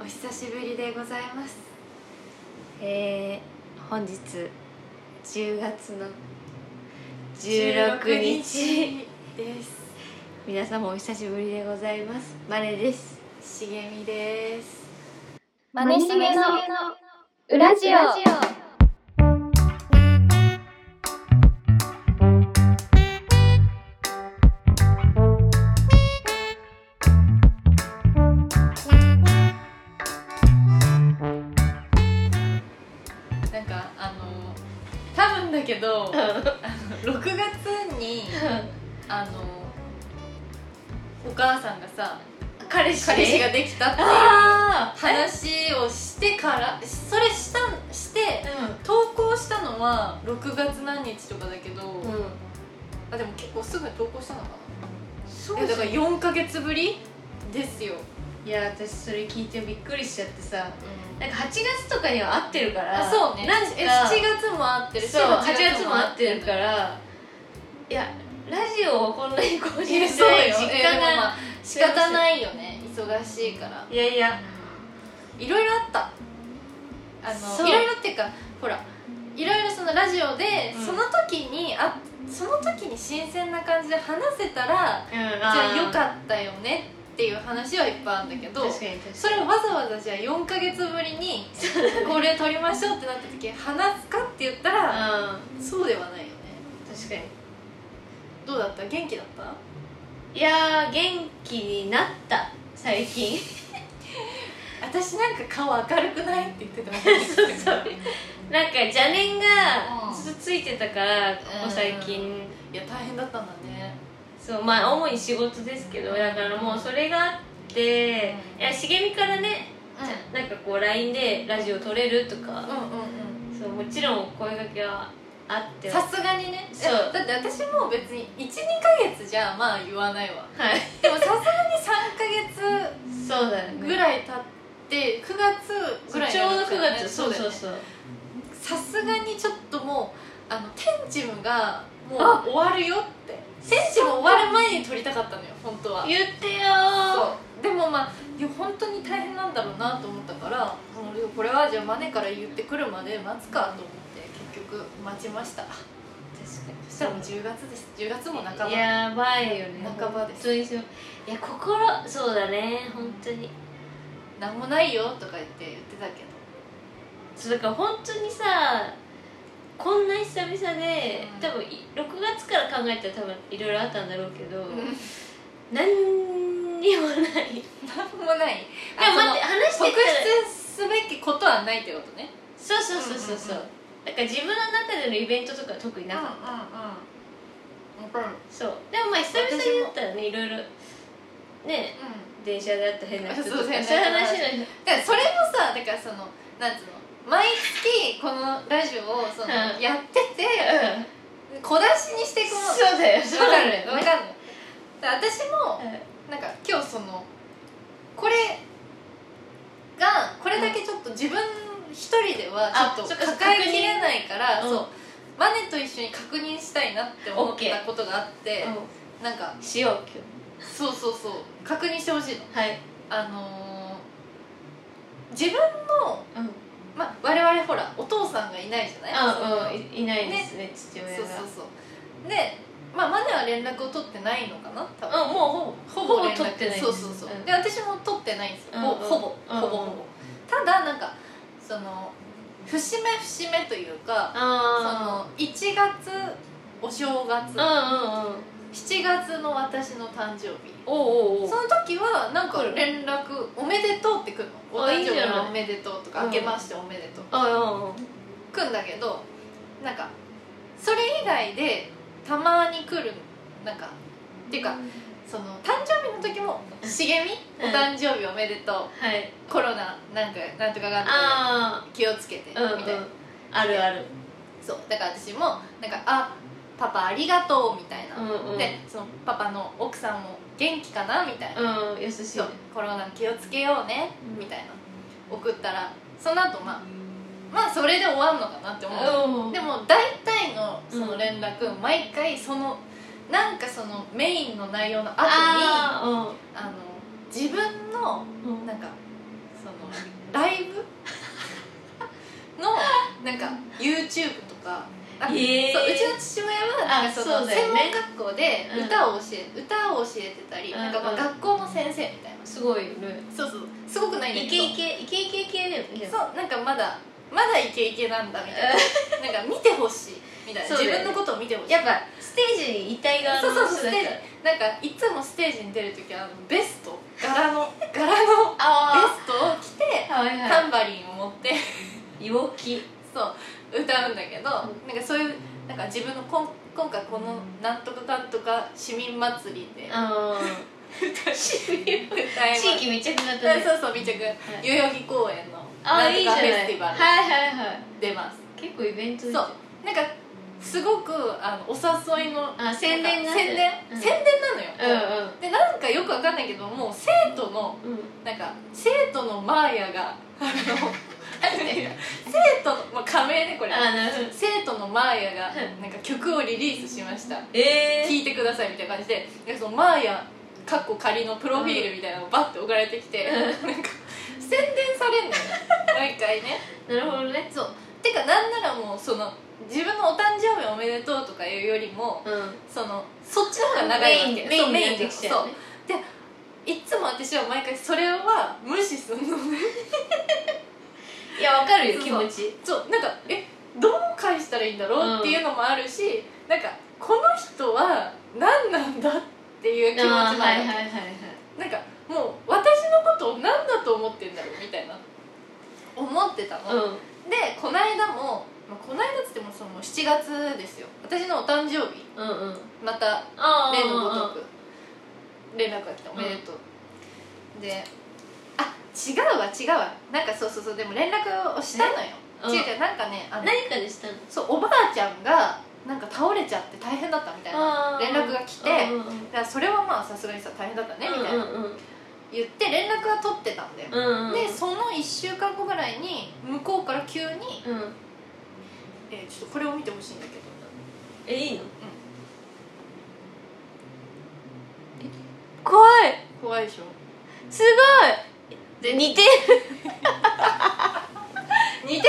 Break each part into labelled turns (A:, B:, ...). A: お久しぶりでございます
B: えー、本日10月の16日
A: です
B: 皆様お久しぶりでございますマネです
A: しげみです
C: マネしげの裏ジオ。
A: なんかあの多分だけど6月にあのお母さんがさ
B: 彼氏
A: 彼氏ができたっていう
B: あ
A: 話をしてからそれしたして投稿したのは6月何日とかだけど、
B: うん、うん、
A: あでも結構すぐに投稿したのかな
B: そ
A: えだから4か月ぶりですよ、
B: いや私それ聞いてびっくりしちゃってさなんか8月とかには合ってるから
A: あそうね
B: なんか
A: え7月も合ってるし
B: そう8月も合ってるかららいやラジオをこんなに更
A: い
B: 新
A: や
B: し
A: そう
B: て
A: よ
B: 実
A: え
B: 家
A: でもま
B: が
A: あ仕方ないよね忙しいから
B: いやいや
A: いろいろあったあ
B: そ
A: の
B: う
A: いろいろっていうかほらいろいろそのラジオで、
B: うん
A: その時にあその時に新鮮な感じで話せたら
B: うんじ
A: じゃあよかったよねっていう話はいっぱいあるんだけど
B: 確かに確かに
A: それをわざわざじゃあ4か月ぶりにこれ撮りましょうってなった時話すかって言ったら
B: う
A: そうではないよね
B: ん確かに
A: どうだった元気だった
B: いやー元気になった最近
A: 私なんか顔明るくないって言ってたもんそう
B: そうなんか邪念が
A: うん
B: ずっとついてたからここ最近、
A: いや大変だったんだね
B: そうまあ主に仕事ですけどだからもうそれがあって、
A: うん
B: いや茂みからね、なんかこう LINE でラジオ撮れるとか、
A: うんうんうん
B: そうもちろん声掛けはあって
A: さすがにね
B: そう
A: いやだって私も別に12か月じゃまあ言わないわ
B: はい
A: でもさすがに3か
B: そうだよ
A: 月
B: ね
A: ぐらい経って9月ぐらい
B: ち
A: に
B: ょう
A: な
B: ど
A: るか
B: 9
A: らね
B: 月そう
A: だよ
B: そう
A: ね
B: そ
A: さ
B: う
A: すがにちょっともうあの天チムがもう
B: あ
A: 終わるよって天チム終わる前に撮りたかったのよ本当は
B: 言ってよ
A: そうでもまあいや本当に大変なんだろうなと思ったからもうこれはじゃあマネから言ってくるまで待つかと思って結局待ちました
B: 確かに
A: そしたらもう10月です10月も半ば
B: やばいよね
A: 半ばです
B: 本当にそういや心そうだね本当に
A: なんもないよとか言って言ってたけど
B: そうだから本当にさこんな久々で、
A: うん
B: 多分い6月から考えたら多分いろいろあったんだろうけど、
A: うん
B: 何にもないい
A: なんもない
B: や待って話し
A: 特
B: てたら
A: 筆すべきことはないってことね
B: そうそうそうそうそう
A: うんうん
B: だから自分の中でのイベントとか特になかっ
A: う
B: た、
A: んうんうん
B: そうでもまあ久々にだったらねいろいろね
A: うん
B: 電車であった変な人とか
A: そう
B: そう
A: 変
B: いう
A: な
B: 話
A: 人
B: の
A: だからそれもさだからそのなんつうの毎月このラジオをその
B: うん
A: やってて
B: うん
A: 小出しにしていくもの
B: そうだよ
A: わ
B: そう
A: か
B: だ
A: るわ
B: よ
A: かるだから私も
B: うん
A: なんか今日そのこれがこれだけちょっと自分一人では
B: あ
A: ちょっと
B: そっかそっか
A: 抱えきれないから
B: うん
A: そうマネと一緒に確認したいなって思っ
B: オッケ
A: た
B: ー
A: ことがあってなんか
B: しよう今
A: そうそうそう確認してほしいの
B: 日はい
A: あのー自分の
B: うん
A: まあ、我々ほらお父さんがいないじゃない、
B: あうんいいないですね父
A: その
B: 親
A: そう
B: が
A: そうそうで、まあ、マネは連絡を取ってないのかな多分、
B: うんもうほぼ
A: 連絡
B: 取ってない
A: そうそうそう、
B: うん
A: で私も取ってないんですよ、
B: うんうん
A: ほぼ
B: うんうん
A: ほぼほぼ、ただなんかその節目節目というかそ
B: あ
A: の1月お正月、
B: あうんうんうん
A: 7月の私の誕生日
B: おうおうおう
A: その時はなんか
B: 来る
A: 連絡「おめでとう」って来るの「お
B: あ
A: 誕
B: いいじ
A: 生
B: ゃない
A: 日おめでとう」とか「
B: うん
A: 明けましておめでとう」
B: うんうんうん
A: 来んだけどなんかそれ以外でたまに来るなんかっていうかその誕生日の時も「茂みお
B: うん
A: 誕生日おめでと
B: はいう
A: コロナなんかなんとかがあっ
B: あ
A: て気をつけて」み
B: あうんう
A: たいなん
B: あるある
A: そうだから私もなんか「あパパありがとう」みたいな、
B: うんうん
A: でそのパパの奥さんも元気かなみたいな、
B: うん優しい
A: そうコロナ気をつけようね
B: うん
A: みたいな送ったらその後まあまあそれで終わるのかなって思う
B: うん
A: でも大体のその
B: うん
A: 連絡、毎回そのなんかそのメインの内容の後にあ
B: ああ
A: の自分の
B: うんうん
A: なんかその YouTube と かあ
B: えー
A: そううちの父親はなんかその
B: あそうだ
A: 専
B: よね
A: 門学校で歌を教え,、歌を教えてたり、
B: うん
A: なんかまあ
B: うん
A: 学校の先生みたいな、
B: すごいよね
A: そうそうすごくないんだけ
B: イ
A: ど
B: ケイケイケイケ系だよね
A: そうなんかまだまだイケイケなんだみたいななんか見てほしいみたいな、
B: そう
A: 自
B: だよ
A: 分の
B: ね
A: ことを見てほしい
B: やっぱステージに遺体がある
A: そうそうそうス
B: だ
A: テー
B: か
A: ジ
B: ら
A: なんかいつもステージに出る時はあのベスト柄の柄のベ
B: あ
A: ストを着て
B: あはい
A: タ
B: は
A: ンバリンを持って
B: い陽気
A: そう歌うんだけど、なんかそういうなんか自分のこん今回このなんとかかんとか市民祭りで
B: ああ市民
A: 歌います
B: 地域密着だった
A: そう
B: ね
A: そうそう密着、代々木公園の
B: あ
A: な
B: あ
A: ん
B: いい
A: と
B: じゃ
A: か
B: ない
A: フェスティバル
B: はいはいはい
A: 出ます
B: 結構イベント
A: そうな
B: で
A: んかすごくあのお誘いの
B: あ宣伝が
A: なんか宣伝、
B: うん
A: 宣伝なのよ、
B: う
A: でなんかよくわかんないけどもう生徒の
B: んうんうん
A: なんか生徒のマーヤが あの生徒の、まあ、仮名ねこれ
B: ああなるほど
A: 生徒のマーヤが
B: うん
A: なんか曲をリリースしました
B: え
A: 聴いてくださいみたいな感じででそのマーヤかっこ仮のプロフィールみたいなのをバッて送られてきて、
B: うん
A: なんか宣伝されんの よ毎回ね
B: なるほどね
A: そうてかなんならもうその自分のお誕生日おめでとうとかいうよりも
B: うん
A: そのそっちの方が長いわけ
B: メイン
A: そう
B: メイン
A: メインで
B: しち
A: そ
B: ゃ
A: う
B: うね
A: いっつも私は毎回それは無視するのね
B: いやわかる
A: そ
B: よ
A: う
B: 気
A: そう
B: 持ち
A: そうなんかえどう返したらいいんだろうっていうのもあるし、なんかこの人は何なんだっていう気持ちもあ
B: あ
A: る
B: ーはいはいはいはい
A: なんかもう私のことを何だと思ってんだろうみたいな思ってたの、
B: うん
A: でこの間も、まあ、この間っつってもその7月ですよ私のお誕生日
B: うんうん
A: また
B: あ
A: 例のご
B: あ
A: とく連絡が来て「おめでとう」で「あ違うわ違うわ」なんかそうそうそうでも連絡をしたのよ
B: うん
A: 違う違うなんかねあの
B: 何かでしたの
A: そうおばあちゃんがなんか倒れちゃって大変だったみたいな
B: あー
A: 連絡が来て
B: うんうんうん
A: だからそれはまあさすがにさ大変だったねみたいな
B: うんうんうん
A: 言って連絡は取ってたんだよ
B: うんうん
A: でその1週間後ぐらいに向こうから急に
B: うん
A: 「えーちょっとこれを見てほしいんだけど」
B: えいいの
A: 怖い怖いでしょ
B: すごいで似てる
A: 似てる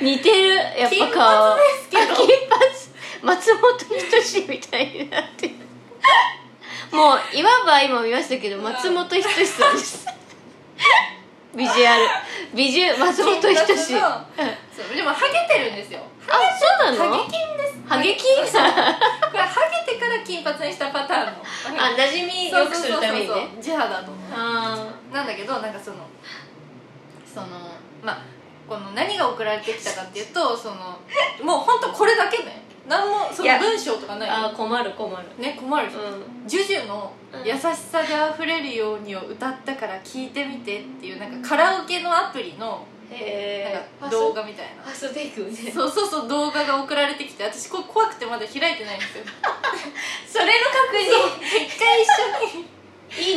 A: これ
B: 似てるやっ
A: 金
B: ぱ顔
A: 髪ですけど
B: あ金髪松本人志みたいになってるもういわば今見ましたけど
A: うん
B: 松本人志さんですビジュアルビジュ松本人志
A: 金
B: うん
A: 髪
B: あ
A: のそうでもハゲてるんですよ
B: そうな
A: ハ
B: の
A: ゲ金です
B: ハゲ金
A: そうこれハゲてから金髪にしたパターンの
B: あ馴染み良くするために
A: そうそう
B: ね
A: そうそう地肌と
B: あ
A: なんだけどなんかそのそのまあこの何が送られてきたかっていうとそのもう本当これだけね何もそ
B: い
A: の
B: や
A: 文章とか
B: ー
A: ない
B: あ
A: よ
B: ー困る困る
A: ね困る
B: う
A: でしょ
B: ん
A: ジュジュの「優しさであふれるように」を歌ったから聴いてみてっていうなんかカラオケのアプリのなん
B: へ
A: か
B: え
A: 動画みたいな
B: ファーストテイクみたいな
A: そうそうそう動画が送られてきて私これ怖くてまだ開いてないんですよ
B: それの確
A: 一回一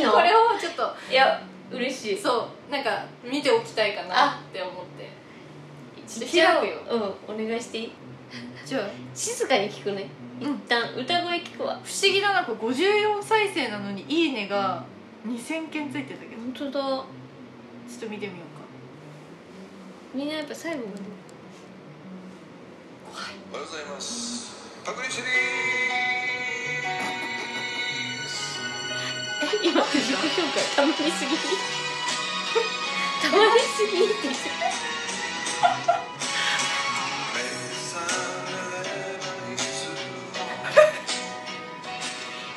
A: 緒に
B: 認いいの
A: これをちょっと
B: いや嬉しい
A: そうなんか見ておきたいかなって思ってちょっと
B: じゃあ
A: 開くよ
B: うんお願いしていい
A: じゃあ
B: 静かに聞くね
A: うん
B: 一旦歌声聞くわ
A: 不思議だなこれ54再生なのに「いいね」が2000件ついてたけど
B: 本当だ
A: ちょっと見てみようか
B: みんなやっぱ最後まで
D: おはようございます。パクリシリーズ。
B: え今って自己紹介たまりすぎたまりすぎって
D: 目覚めればいつも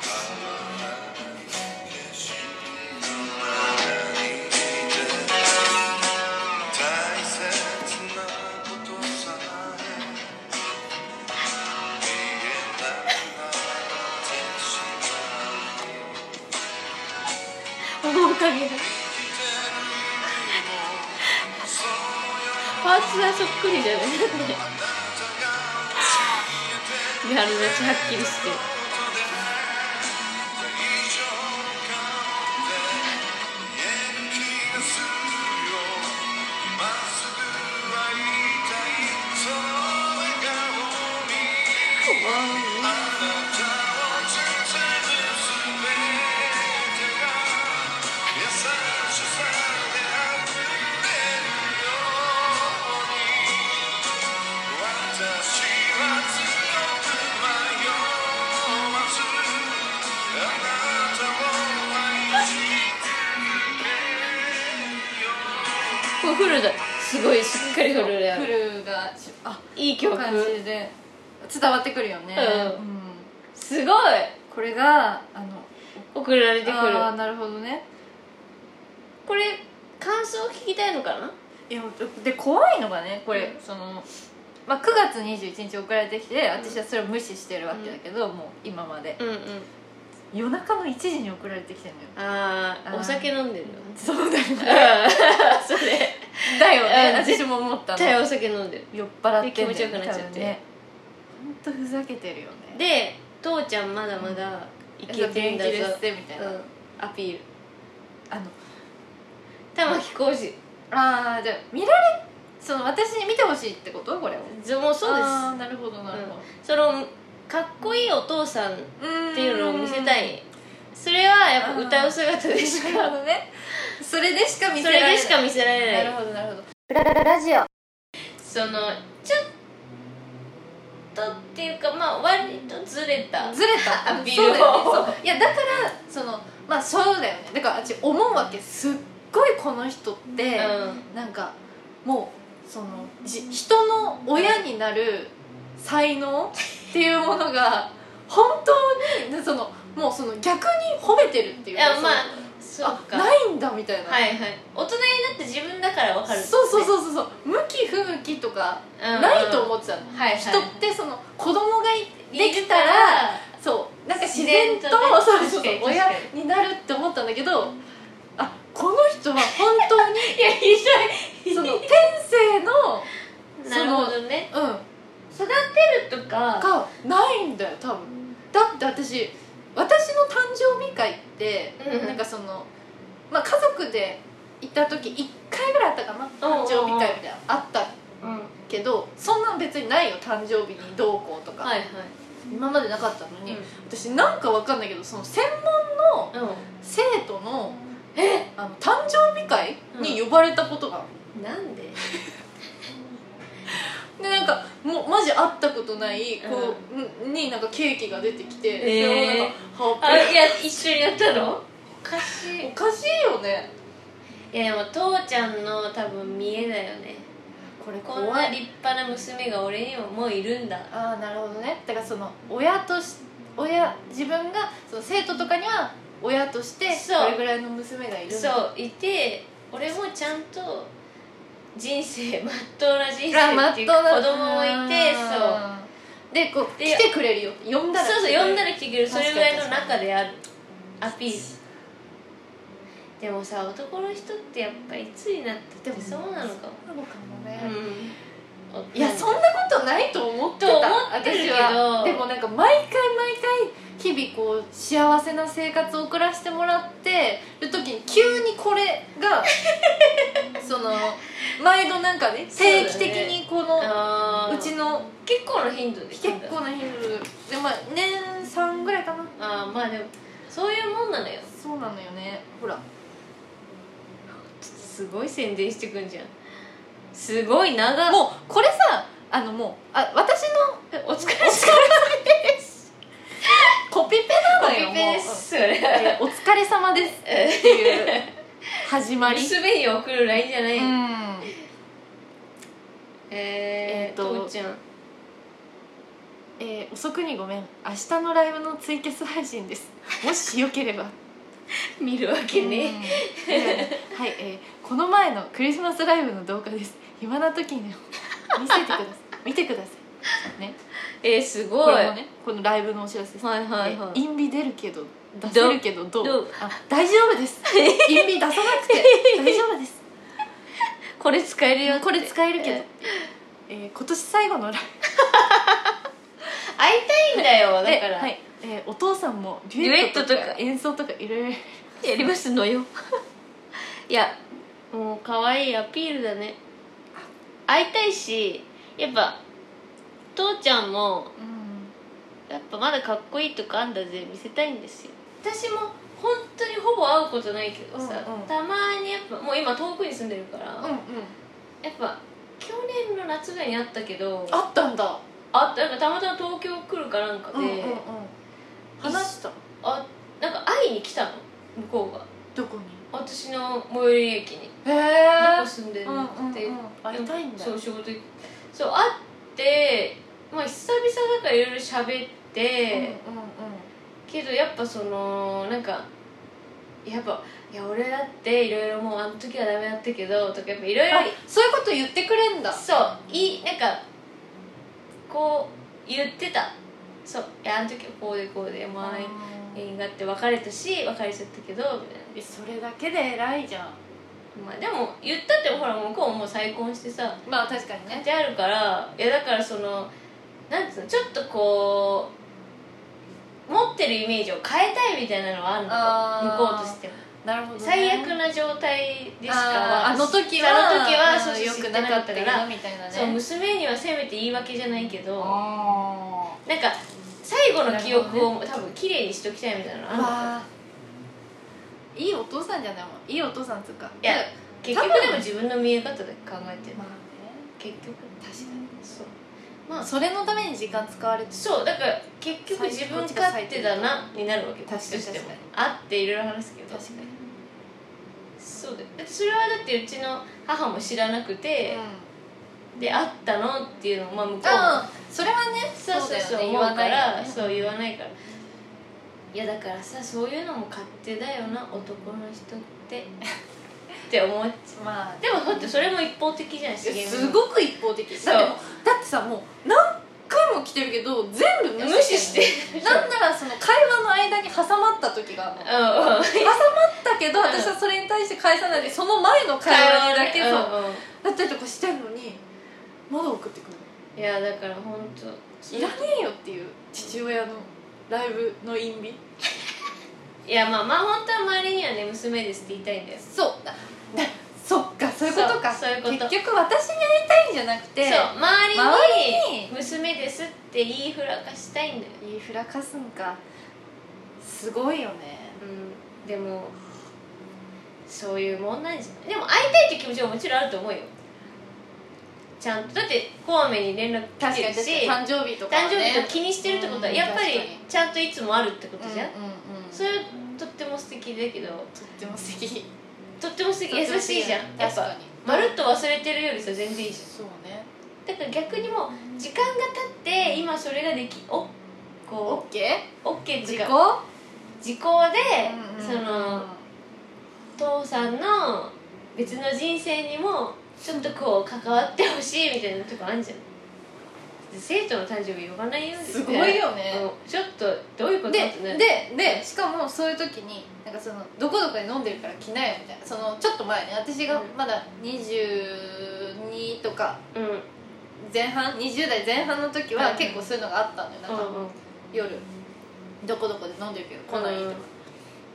D: 淡い景色の中にいて大切なことさえ見えなくなってしまう
B: 面影だパーツはそっく りじゃないギャル立ちはっきりしてる
D: 「
B: もうフルだすごいしっかりフルであ
A: フ
B: る
A: ルがしあ
B: いい曲
A: 感じで伝わってくるよね、
B: うんすごい
A: これがあの
B: 送られてくる
A: ああなるほどね
B: これ感想聞きたいのかない
A: やで怖いのがねこれ、
B: う
A: その、まあ、9月21日送られてきて私はそれを無視してるわけだけど、もう今まで
B: うんうん
A: 夜中の1時に送られてきてるのよ
B: あ
A: あ
B: あ
A: ー
B: お酒飲んでるの
A: そうだよね
B: それ
A: だよね
B: うん
A: 私も思った
B: 絶
A: の
B: 対お酒飲んでる
A: 酔っ払ってんだよね
B: で気持ちよくなっちゃって
A: 多分ね本当ふざけてるよね
B: で父ちゃんまだまだいけてんだぞ
A: 元気ですってみたいな、
B: うんアピール
A: あの
B: 玉置浩二
A: ああじゃあ見られその私に見てほしいってことこれを
B: もうそうで
A: あーなるほどなるほど、
B: すそのかっこいいお父さんっ
A: うん
B: ていうのを見せたいそれはやっぱ歌う姿でし
A: なる
B: か
A: ほどねそれでしか見
B: そ
A: せられな
B: れ
A: い
B: でしか見せられない
A: なるほどなるほど
C: ラジオ
B: そのちょっとっていうかまあ割とずれた
A: ずれた
B: アピールを
A: そうだよねそういやだからそのまあそうだよねだから私思うわけすっごいこの人って、
B: うん
A: なんかもうそのじ人の親になる才能っていうものが本当にそのもうその逆に褒めてるっていう
B: い
A: か
B: や
A: その
B: まあそう
A: あ
B: か
A: ないんだみたいな、
B: はいはい大人になって自分だから分かる
A: そうそう
B: う、
A: そうそうそう向き不向きとか
B: うんうん
A: ないと思ってたの、
B: はいはい
A: 人ってその子供がいできた
B: いる
A: らそうなんか自然と
B: 自然とね
A: そうそうそう
B: 確かに確かに
A: 親になるって思ったんだけどあこの人は本当に
B: いやひどい
A: その 天性の
B: なるほどね
A: うん
B: 育てるとか
A: がないんだよ多分だって私私の誕生日会って、
B: うん
A: なんかその、まあ、家族で行った時1回ぐらいあったかな
B: うん
A: 誕生日会みたいなのあった
B: うんはい
A: けどそんなん別にないよ誕生日にどうこうとか、
B: はい
A: 今までなかったのに、
B: うん
A: 私なんかわかんないけどその専門の
B: う
A: 生徒のあの誕生日会に呼ばれたことがある、
B: んなんで
A: でなんかもうマジ会ったことない子になんかケーキが出てきて、
B: えー
A: それをなんか
B: あ
A: ハー
B: いや一緒にやったのおかし
A: プ
B: い
A: おかしいよね
B: いやでも父ちゃんの多分見えだよね
A: これ
B: こんな立派な娘が俺にももういるんだ
A: ああなるほどねだからその親とし親自分がその生徒とかには親として
B: そう
A: これぐらいの娘がいるんだ
B: そういて俺もちゃんと人生 まっとうな人
A: あ
B: 生
A: ま
B: っ
A: ってと
B: いううか
A: な
B: 子供もいてそう
A: うでこう
B: で
A: 来てくれるよ呼んだら
B: そうそう呼んだ
A: ら
B: ら来てくれるそ
A: 確か
B: れ
A: に
B: ぐらいの中であるアピールでもさ男の人ってやっぱいつになっ
A: で
B: てて
A: も
B: そうなのかも、
A: そうかもね、
B: うん、
A: いやそんなことないと思ってた
B: と思ってるけど
A: 私はでもなんか毎回毎回日々こう幸せな生活を送らせてもらってる時に急にこれ がその毎度なんかね
B: そうだね
A: 定期的にこの
B: あー
A: うちの
B: 結構の頻度で
A: 結構な頻度でまあ年3ぐらいかな
B: あーまあでもそういうもんなのよ
A: そうなのよねほら
B: すごい宣伝してくんじゃんすごい長
A: もうこれさあのもうあ私の
B: えお疲れ
A: コピペなのよ
B: コピペですそれ
A: もうえお疲れ様ですっていう始まり
B: 娘に送る LINE じゃない、
A: うん
B: えー、
A: えーと
B: 父ちゃん
A: えー遅くにごめん明日のライブのツイキャス配信ですもしよければ
B: 見るわけね、
A: うんいやはい、えーこの前のクリスマスライブの動画です暇な時に見せてく ださい見てくださいね
B: えー、す
A: こ
B: ごい
A: れもねこのライブのお知らせです、
B: はいはいは
A: え
B: い
A: インビ出るけど出せるけどどう
B: どう
A: あ大丈夫です インビ出さなくて大丈夫です
B: これ使えるよ
A: これ使えるけど、えー今年最後のライブ
B: 会いたいんだよ
A: で
B: だから、
A: はいえーお父さんもデュエットと
B: デュエットと
A: か
B: か
A: 演奏とかいろいろ
B: やりますのよ いやもう可愛いアピールだね会いたいしやっぱ父ちゃんもやっぱまだかっこいいとかあんだぜ見せたいんですよ私も本当にほぼ会うことないけどさ、
A: うんうん
B: たまにやっぱもう今遠くに住んでるから、
A: うんう
B: や
A: ん
B: っぱ去年の夏ぐらいに会ったけど
A: あったんだ
B: あったなんかたまたま東京来るかなんかで、
A: 話した
B: あなんか会いに来たの向こうが
A: どこに
B: 私の最寄り駅に
A: へえ
B: どこ住んでる
A: うんう
B: のっ
A: んうん
B: て
A: 会いたいんだ
B: そう仕事行くそう会ってまあ久々だからいろいろ喋って、
A: うんうんうん
B: けどやっぱそのなんかやっぱいや俺だっていろいろもうあの時はダメだったけどとかやっぱいろいろ
A: あそういうこと言ってくれんだ
B: そういいなんかこう言ってたそういやあの時はこうでこうでまあ映画って別れたし別れちゃったけどみたいな
A: えそれだけで偉いじゃん
B: まあでも言ったってほら向こうもう再婚してさ
A: まあ確かに
B: 関
A: ね
B: 係あるからいやだからそのなんつうのちょっとこう持ってるイメージを変えたいみたいなのはある
A: あー
B: の向こうとしても
A: なるほどね
B: 最悪な状態でしか
A: あーあの時は
B: あの時はそううん
A: 良
B: 良
A: く
B: く
A: な
B: な
A: かっ
B: かったた
A: け
B: か
A: ど
B: ら
A: みたいなね
B: そう娘にはせめて言い訳じゃないけど
A: あ
B: なんか最後の記憶を多分綺麗にしときたいみたいなの
A: ー
B: あるのか
A: わーいいお父さんじゃないもんいいお父さんっつうか
B: いや結
A: 多
B: 局
A: 分
B: でも自分の見え方だけ考えてる
A: まあ
B: 結局
A: ね確かに
B: そう
A: まあそれのために時間使われて
B: そうだから結局自分勝手だなになるわけ
A: 確かに
B: こっちとしても
A: 確
B: あっていろいろ話すけど
A: 確かに
B: そうだよだってそれはだってうちの母も知らなくて、で会ったのっていうのをまあ向こうも
A: あそれはね
B: そうそうそ
A: だ
B: う
A: よね
B: 思うから
A: よね
B: そう言わないからいやだからさそういうのも勝手だよな男の人ってって思っちゃ
A: まあ
B: うでもだってそれも一方的じゃない
A: いやす
B: い
A: ごく一方的
B: そう
A: だってもうだってさもう何回も来てるけど全部無
B: 無視
A: 視
B: し
A: しててなんならその会話の間に挟まった時があるの
B: うんうん
A: だけど私はそれに対して返さないでその前の会話にだけそう
B: うんうん
A: だったりとかしてんのにまだ送ってくる
B: いやだから本当
A: いらねえよっていう父親のライブの陰備
B: いやまあまあ本当は周りにはね娘ですって言いたいんだよ
A: そうだだそっかそういうことか
B: そうそういうこと
A: 結局私に会いたいんじゃなくて
B: そう周りに
A: 周りに
B: 娘ですって言いふらかしたいんだよ、
A: 言いふらかすんかすごいよね
B: うん、でもそういうもんなんじゃないでも会いたいって気持ちはもちろんあると思うよちゃんとだってこまめに連絡来
A: 確
B: て
A: かに確
B: る
A: かに
B: し
A: 誕生日とかは
B: 誕生
A: ね
B: 日とか気にしてるってことは
A: うん
B: やっぱり
A: 確かに
B: ちゃんといつもあるってこと
A: うんうん
B: じゃん、
A: うん
B: それはとっても素敵だけど
A: とっても素敵
B: とっても素敵優しいじゃんやっ
A: 確か
B: ぱ
A: に
B: まるっと忘れてるよりさ全然いいじゃん
A: そうね
B: だから逆にもう時間が経って今それができお
A: オ
B: こ
A: ッケ
B: う OK
A: ー
B: ってい
A: 時
B: うか
A: 効
B: 時効で、その父さんの別の人生にもちょっとこう関わってほしいみたいなとこあんじゃん生徒の誕生日呼ばないように
A: すごいよね
B: うんちょっとどういうこと
A: で
B: ってね
A: ででしかもそういう時になんかそのどこどこで飲んでるから着なよみたいなそのちょっと前ね私がまだ22とか
B: うんうん
A: 前半20代前半の時
B: う
A: は
B: ん
A: 結構そういうのがあったんだよなんか、夜どこどこで飲んでるけど来ないとか、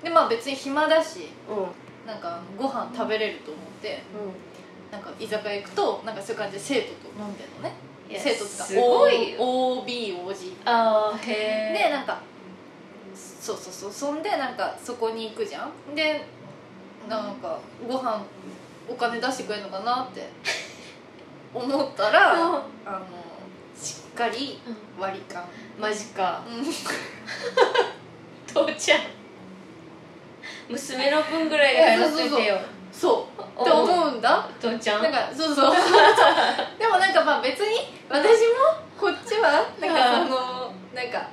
A: でまあ別に暇だし
B: うんうん
A: なんかご飯食べれると思ってなんか居酒屋行くとなんかそういう感じで生徒と飲んでるのね
B: いや
A: 生徒とか
B: すごいよ
A: OBOG
B: ああへえ
A: でなんかそうそうそうそんでなんかそこに行くじゃんでなんかご飯お金出してくれるのかなって思ったらあのしっかり割り勘
B: マジか
A: うん
B: 父ちゃん娘の分ぐらいやらせてよ
A: そう
B: お
A: って思うんだ
B: 父ちゃん
A: なんかそう そうでもなんかまあ別に私もこっちはなんかそのなんか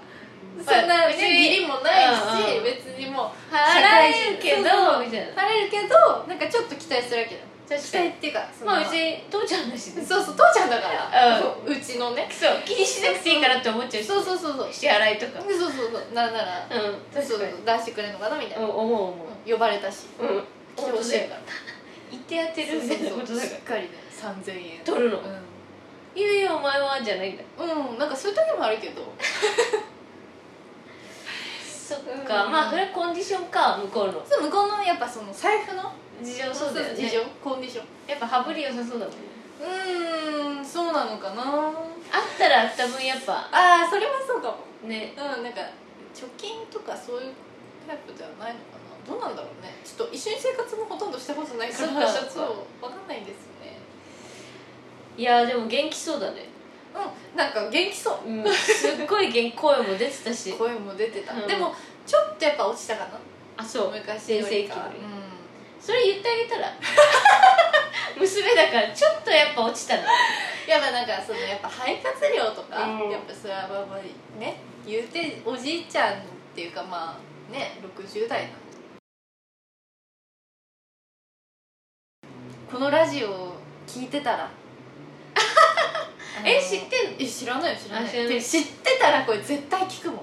A: そんなね
B: 別に
A: 義理もないし
B: うんうん
A: 別にもう
B: 払えるけ
A: 社会人
B: どみたいな
A: 払えるけどなんかちょっと期待するわけだ
B: 確
A: 期
B: か
A: 待
B: に
A: っていうかその
B: まあうち父ちゃんだしね
A: そうそう父ちゃんだから、
B: う
A: うちのね
B: そう気にしなくていいからって思っちゃうし
A: そうそうそうそうで
B: 支払いとか
A: そうそうそうなんなら
B: うん
A: そう
B: 確
A: そ
B: か
A: う
B: に
A: 出してくれるのかなみたいな、
B: うん思う思
A: 呼ばれたし
B: ううん
A: 来てほしいから
B: 行って当てるみたいなことだ
A: し
B: か
A: っかりね3000円
B: ら取るの
A: う
B: 「いやいやお前は」じゃないんだ
A: ん、うん、なんかそういう時もあるけど
B: そっ
A: う
B: か
A: ん
B: まあそれコンディションか向こうの
A: そう向こうのやっぱその財布の
B: 事情そうだよ
A: 事
B: ね
A: 情コンディション
B: やっぱ羽振り良さそうだもんね
A: うーんそうなのかな
B: あったらあった分やっぱ
A: ああそれはそうかも
B: ね
A: うんなんか貯金とかそういうタイプではないのかなどうなんだろうねちょっと一緒に生活もほとんどしたことないから
B: そっかそっ
A: う
B: か
A: わかんないですね
B: いやでも元気そうだね
A: うんなんか元気そう
B: うん すっごい元気声も出てたし
A: 声も出てた、
B: うん
A: でもちょっとやっぱ落ちたかな
B: あそう
A: 昔よりか
B: 全盛期よ
A: う
B: り
A: ん
B: それ言ってあげた ら娘だからちょっとやっぱ落ちたの
A: やっぱなんかそのやっぱ肺活量とか、
B: うん
A: やっぱそれはまあまあね言うておじいちゃんっていうかまあね60代なのこのラジオを聞いて たら
B: え知って
A: んのえ知らないよ知らな
B: あ
A: い
B: 知らない
A: で知ってたらこれ絶対聞くも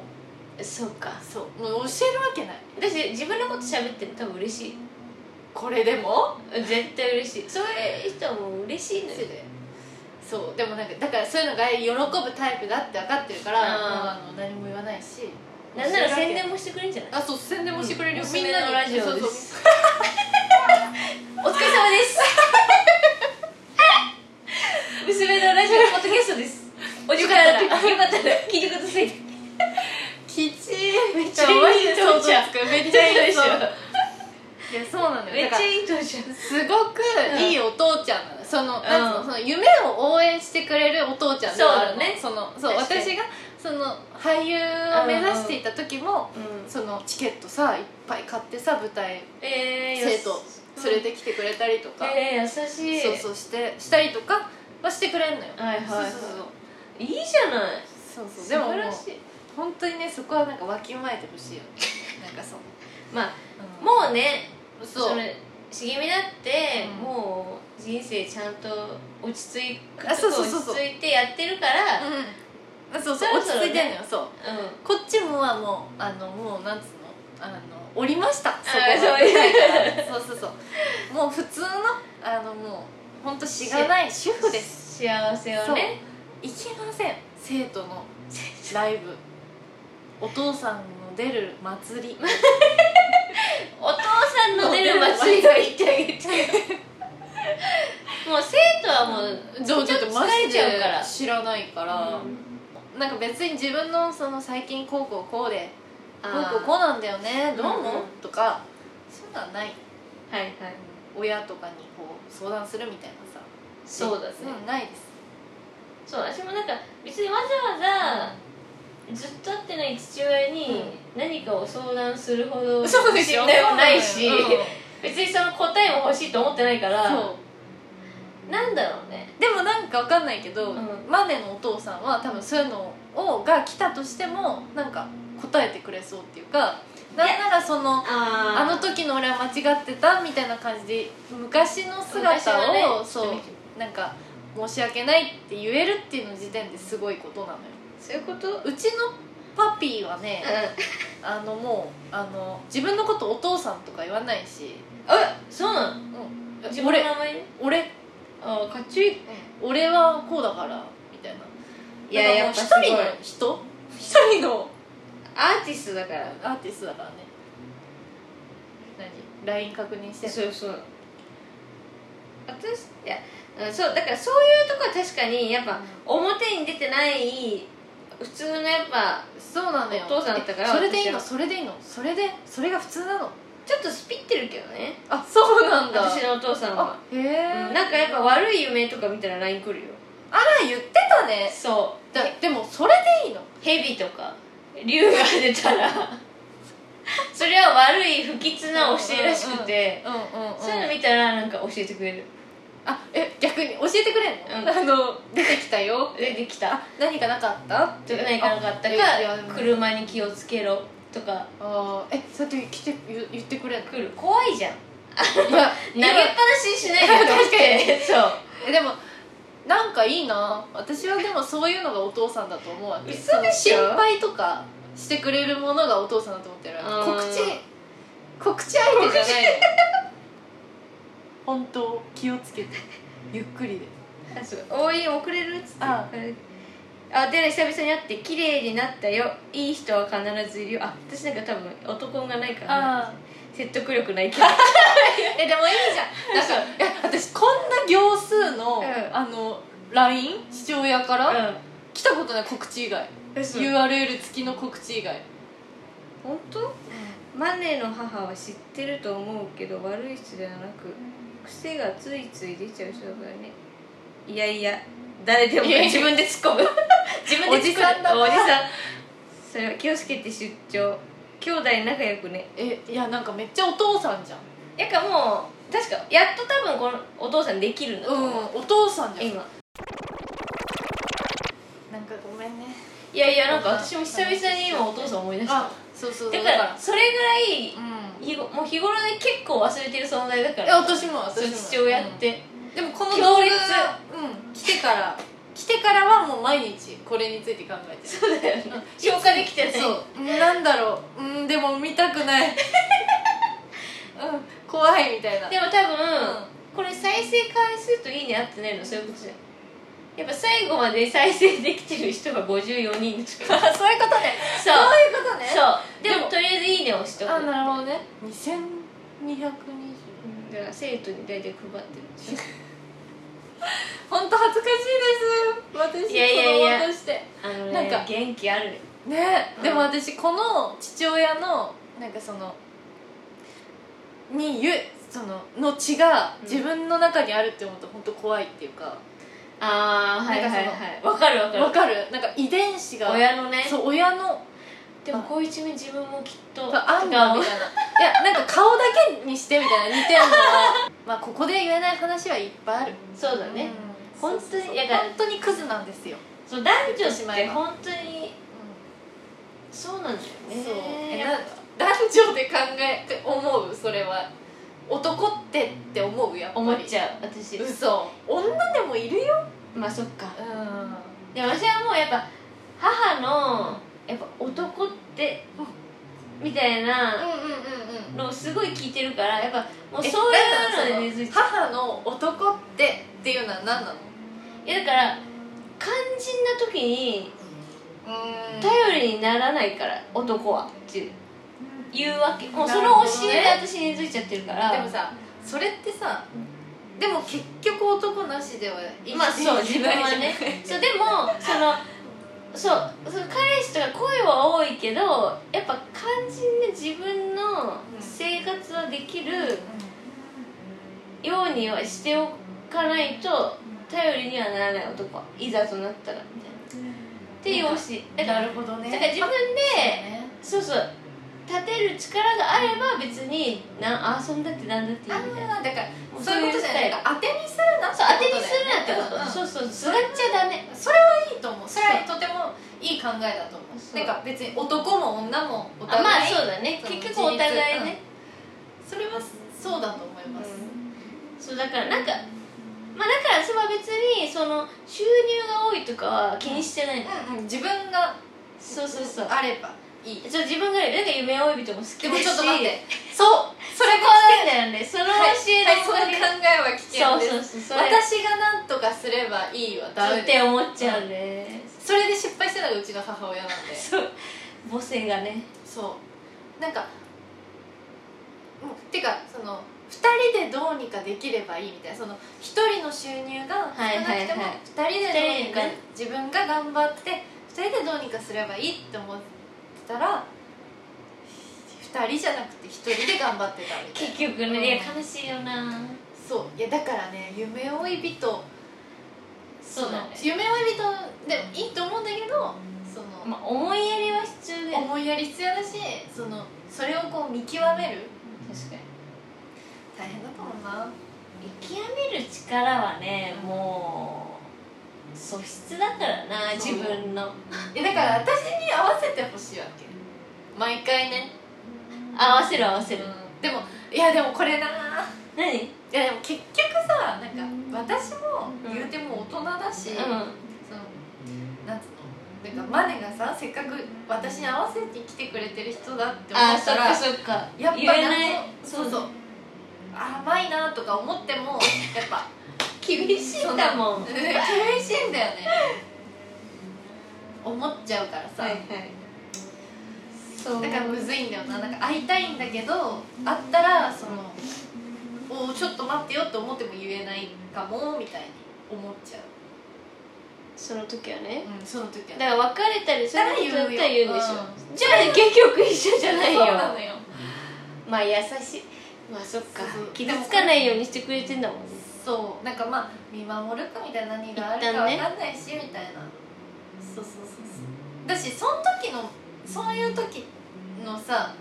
A: ん
B: そうか
A: そうもう教えるわけない
B: 私自分のこと喋ってる多分嬉しい
A: これでも
B: 絶対嬉しいそういう人はもう嬉しいのよ
A: そうでもなんかだからそういうのが喜ぶタイプだって分かってるから
B: あ
A: もうあの何も言わないし
B: なんなら宣伝もしてくれるんじゃな
A: あ
B: い
A: そう宣伝もしてくれるよ、
B: うん
A: みんなに
B: 娘のラジオです
A: そうそう
B: お疲れ様です 娘のラジオのポッドキャストですお時間あったらよかったら聞いてください
A: きちめっ
B: ちゃいい
A: 想像
B: 父ちゃん
A: つくめっちゃいいでしょ
B: めっちゃいいでしょ
A: いやそうなのよ
B: めっ
A: だ
B: ち
A: から
B: ゃいいとじゃん
A: すごくいいお父ちゃんなのその,、なんつう
B: うん
A: のその夢を応援してくれるお父ちゃんではあるのそのそう
B: 確かに
A: 私がその俳優を目指していた時も、
B: うん
A: そのチケットさいっぱい買ってさ舞台
B: えー、
A: 生徒連れてきてくれたりとか、
B: えー、優しい
A: そうそうしてしたりとかはしてくれんのよ、
B: はいはい、はい、
A: そう
B: いいじゃない
A: そうそうそう
B: 素
A: でもも
B: 晴
A: う
B: らしい
A: 本当にねそこはなんかわきまえてほしい よねなんかその
B: まあ
A: うん
B: もうね
A: そう
B: れ茂みだって、
A: うん
B: もう人生ちゃんと落ち着い
A: あそうそうそう
B: 落
A: そう
B: ち着いてやってるから
A: うんそう
B: そ
A: そう
B: ろ
A: 落
B: そ
A: ち
B: ろね
A: 着いてんのよそう
B: うん、
A: こっちもはもうあのもうなんつうのあの折りましたそこ
B: あ
A: は
B: ーそう
A: みたいな そうそうそうもう普通のあのもう本当しがない主婦です
B: 幸せをね
A: いけません生徒のライブお父さんの出る祭り
B: お父さんの出る祭りと言ってあげ てもう生徒はもう、
A: ちょっと
B: 疲 れちゃうから
A: 知らないから、なんか別に自分のその最近こうこうこうでこうこうこうなんだよねどう思う、
B: うんうん
A: とかそういうのはない
B: はいはい
A: 親とかにこう相談するみたいなさ
B: そうだね、
A: んないです
B: そう私もなんか別にわざわざずっと会ってない父親に何かを相談するほど信頼もないし、
A: うん
B: 別にその答えも欲しいと思ってないから
A: そう
B: なんだろうね
A: でもなんかわかんないけど、
B: うん
A: マネのお父さんは多分そういうのをが来たとしてもなんか答えてくれそうっていうかなんならその
B: あ
A: あの時の俺は間違ってたみたいな感じで昔の姿を、そうなんか申し訳ないって言えるっていうの時点ですごいことなのよ
B: そういうことう
A: う
B: ん
A: ちのパピーはね、あのもうあの自分のことお父さんとか言わないし
B: あそうなの自分の
A: 俺
B: 名前ね
A: 俺
B: あかっちょいい
A: 俺はこうだからみたいない
B: やや
A: なん
B: っ
A: か
B: ぱ
A: もう
B: す
A: 一
B: ごい
A: 人の人一人の
B: アーティストだから
A: アーティストだからね何 LINE 確認して
B: そうそう私いやうんそうだからそういうとこは確かにやっぱ表に出てない普通のやっぱ
A: そうなのよ
B: お父さんだったから
A: えそれでいいの
B: 私
A: それでいいのそれでそれが普通なの
B: ちょっとスピってるけどね
A: あそうなんだ
B: 私のお父さんは
A: あへ
B: う
A: え、
B: んなんかやっぱ悪い夢とか見たら LINE 来るよ
A: あら言ってたね
B: そう
A: だ
B: で
A: でもそれでいいの
B: ヘビとか竜が出たらそれは悪い不吉な教えらしくて
A: うんうん、
B: そういうの見たらなんか教えてくれる
A: あえ逆に教えてくれんの、
B: う
A: あの出てきたよ
B: 出てきた
A: 何かなかったっ
B: と
A: て
B: か何かなかったか
A: いやいやでも
B: 車に気をつけろとか
A: あーえそうやって来て言言ってくれんの
B: 来る怖いじゃん
A: いや
B: 投げっぱなしにしないでと思っ
A: 確かに
B: て そう
A: えでもなんかいいな私はでもそういうのがお父さんだと思うわけ
B: 嘘でしょ
A: その心配とかしてくれるものがお父さんだと思ってるわけ
B: うん
A: 告知告知相手じゃないの 本当気をつけて ゆっくりで
B: あそう応援遅れるっつって
A: あ
B: あで久々に会って綺麗になったよいい人は必ずいるよあ私なんか多分男運がないからね、
A: あ
B: 説得力 ないけど
A: えでもいいじゃ んなんかいや私こんな行数の、
B: うん
A: あの LINE 父親から、
B: う
A: 来たことない告知以外
B: ん
A: URL 付きの告知以外
B: 本当マネの母は知ってると思うけど悪い人ではなく癖がついつい出ちゃう人だからねいやいや誰でも
A: いやいや
B: 自分で突っ込む 自分で突
A: おじ
B: っ込む
A: さんだな
B: おじさんそれは気をつけて出張兄弟仲良くね
A: えいやなんかめっちゃお父さんじゃん
B: やかもう確かやっと多分このお父さんできるんだと
A: うん
B: 思う、
A: お父さんじゃん
B: 今
A: なんかごめんね
B: いやいやなんか私も久々に今お父さん思い出した
A: あそうそう
B: だ
A: だ
B: か
A: から
B: らそれぐらい
A: うん
B: 日ごもう日頃で結構忘れてる存在だか
A: いや
B: ら
A: 私も私も
B: 父親っ、て、
A: うんでもこの
B: 強
A: 動画
B: 烈
A: うん来てから来てからはもう毎日これについて考えてる
B: そうだよね消化できてない
A: そうなんだろううんでも見たくない うん怖いみたいな
B: でも多分、これ再生回数といいね合ってないのそういうことじゃんやっぱ最後まで再生できてる人が54人と か
A: あそういうことね
B: そう
A: そういうことね
B: そうで
A: で
B: も
A: も
B: とりあえず「いいね」をしとく
A: あなる
B: ほ
A: ほどね2220
B: どだから生徒に大体配ってる
A: 本当恥ずかしいです私
B: いやいやいや
A: 子供として
B: あのね
A: なんか
B: 元気あるね
A: ね
B: うん
A: でも私この父親のなんかそのにゆそのの血が
B: うん
A: 自分の中にあるって思うと本当怖いっていうか
B: ああはいはい
A: なんか
B: はいわかるわかる
A: わかるなんか遺伝子が
B: 親のね
A: そう親の
B: でもこういう一面自分もきっと
A: あんだ
B: 違う
A: みたいないやなんか顔だけにしてみたいな似てるの はまあここで言えない話はいっぱいある
B: そうだね、
A: うん
B: 本当に
A: そうそうそう
B: だから
A: 本当にクズなんですよ、
B: そう男女
A: 言ってし
B: っ
A: まえ
B: て
A: ば
B: 本当にそうなんだよね
A: そうえ
B: やっ
A: な
B: ぱ
A: 男女で考えて思うそれは男ってって思うやっぱり
B: 思っちゃう私
A: 嘘女でもいるよ
B: まあそっか
A: うん
B: でも私はもうやっぱ母のやっぱ男ってみたい
A: うん
B: な
A: うんうんうん
B: のをすごい聞いてるからやっぱもう
A: え
B: そういうので根付い
A: だ
B: ち
A: か
B: ゃ
A: らその母の男ってっていうのは何なの
B: ういやだから肝心な時に
A: うん
B: 頼りにならないから男はっていう言うわけもうその教え
A: なる
B: で私根付いちゃってるから
A: でもさそれってさでも結局男なしでは生きていけない
B: まあそう自分はねそうでもそのそうそう彼氏とか恋は多いけどやっぱ肝心で自分の生活はできるようにはしておかないと頼りにはならない男はいざとなったらみたいなっていう推しだから
A: なるほどね
B: だから自分で
A: ね
B: そうそう立てる力があれば別になあ遊んだってなんだっていいみたい
A: あ
B: な
A: ーだから
B: もう
A: そういうことじゃない
B: そうい
A: なん
B: うスタイル
A: か当てにするなって
B: そう当てにするなって
A: だよ
B: こと、
A: ねうん
B: そうそうすがっちゃダメ
A: それはいいと思うそれは
B: そ
A: とてもいい考えだと思う
B: そう
A: なんか別に男も女もお
B: あまあ
A: 互い
B: そうだね
A: その
B: 結局お互いね、
A: それはそうだと思います
B: そうだからなんかまあだからそれは別にその収入が多いとかは気にしてないの
A: うんうん自分が
B: そうそうそう
A: あればいい
B: そう自分がなんか夢追い人も好きだし
A: でもちょっと待ってそう
B: それこそだよねその教
A: はい
B: え
A: はい
B: の
A: そ
B: お
A: の
B: か
A: 考
B: げ
A: えは危険です
B: そうそうそうそれ
A: 私が何とかすればいいはダメ
B: っ
A: です
B: て思っちゃうね
A: それで失敗したのがうちの母親なんで
B: そう母性がね
A: そうなんかうんてかその2人でどうにかできればいいみたいなその1人の収入が
B: はい
A: 少な
B: は
A: く
B: い
A: ても
B: はい
A: 2人でどうにか
B: 二人でね
A: 自分が頑張って2人でどうにかすればいいって思ってたら2人じゃなくて1人で頑張ってたみたい な
B: 結局
A: うん
B: ねいや悲しいよな
A: そういやだからね夢追い人
B: そうだね
A: その夢追い人でもいいと思うんだけどその、
B: まあ思いやりは必要だよね
A: 思いやり必要だしそのそれをこう見極める
B: 確かに
A: 大変だと思うな
B: 見極める力はねもう素質だからな
A: そう
B: 自分の
A: えだから私に合わせてほしいわけ毎回ね、
B: 合わせる合わ
A: う
B: せ
A: ん
B: る、、
A: でもいやでもこれな
B: 何うん
A: いやでも結局さなんか私も言うても大人だし、そのなんつうのなんかマネがさせっかく私に合わせて来てくれてる人だって思
B: あー
A: った
B: そっ
A: ら
B: かそっか
A: やっぱ
B: 言えない
A: なんかそうそう甘いなとか思ってもやっぱ
B: 厳しいんだもん
A: 厳しいんだよね思っちゃうからさ、
B: そう
A: だからむずいんだよななんか会いたいんだけど会ったらその「おうちょっと待ってよ」って思っても言えないかもみたいに思っちゃう、
B: その時はね
A: うん、その時は
B: だから別れたりすることだったら言うんでしょ、
A: う
B: じゃあ結局一緒じゃないよ
A: そうなのよ
B: まあ優しいまあそっか
A: そうそう
B: 傷つかないようにしてくれてんだもんね
A: そうなんかまあ見守るかみたいな何がある
B: 一
A: か
B: 旦ね
A: 分かんないし、みたいなそうそうそうそうだしその時のそういう時のさ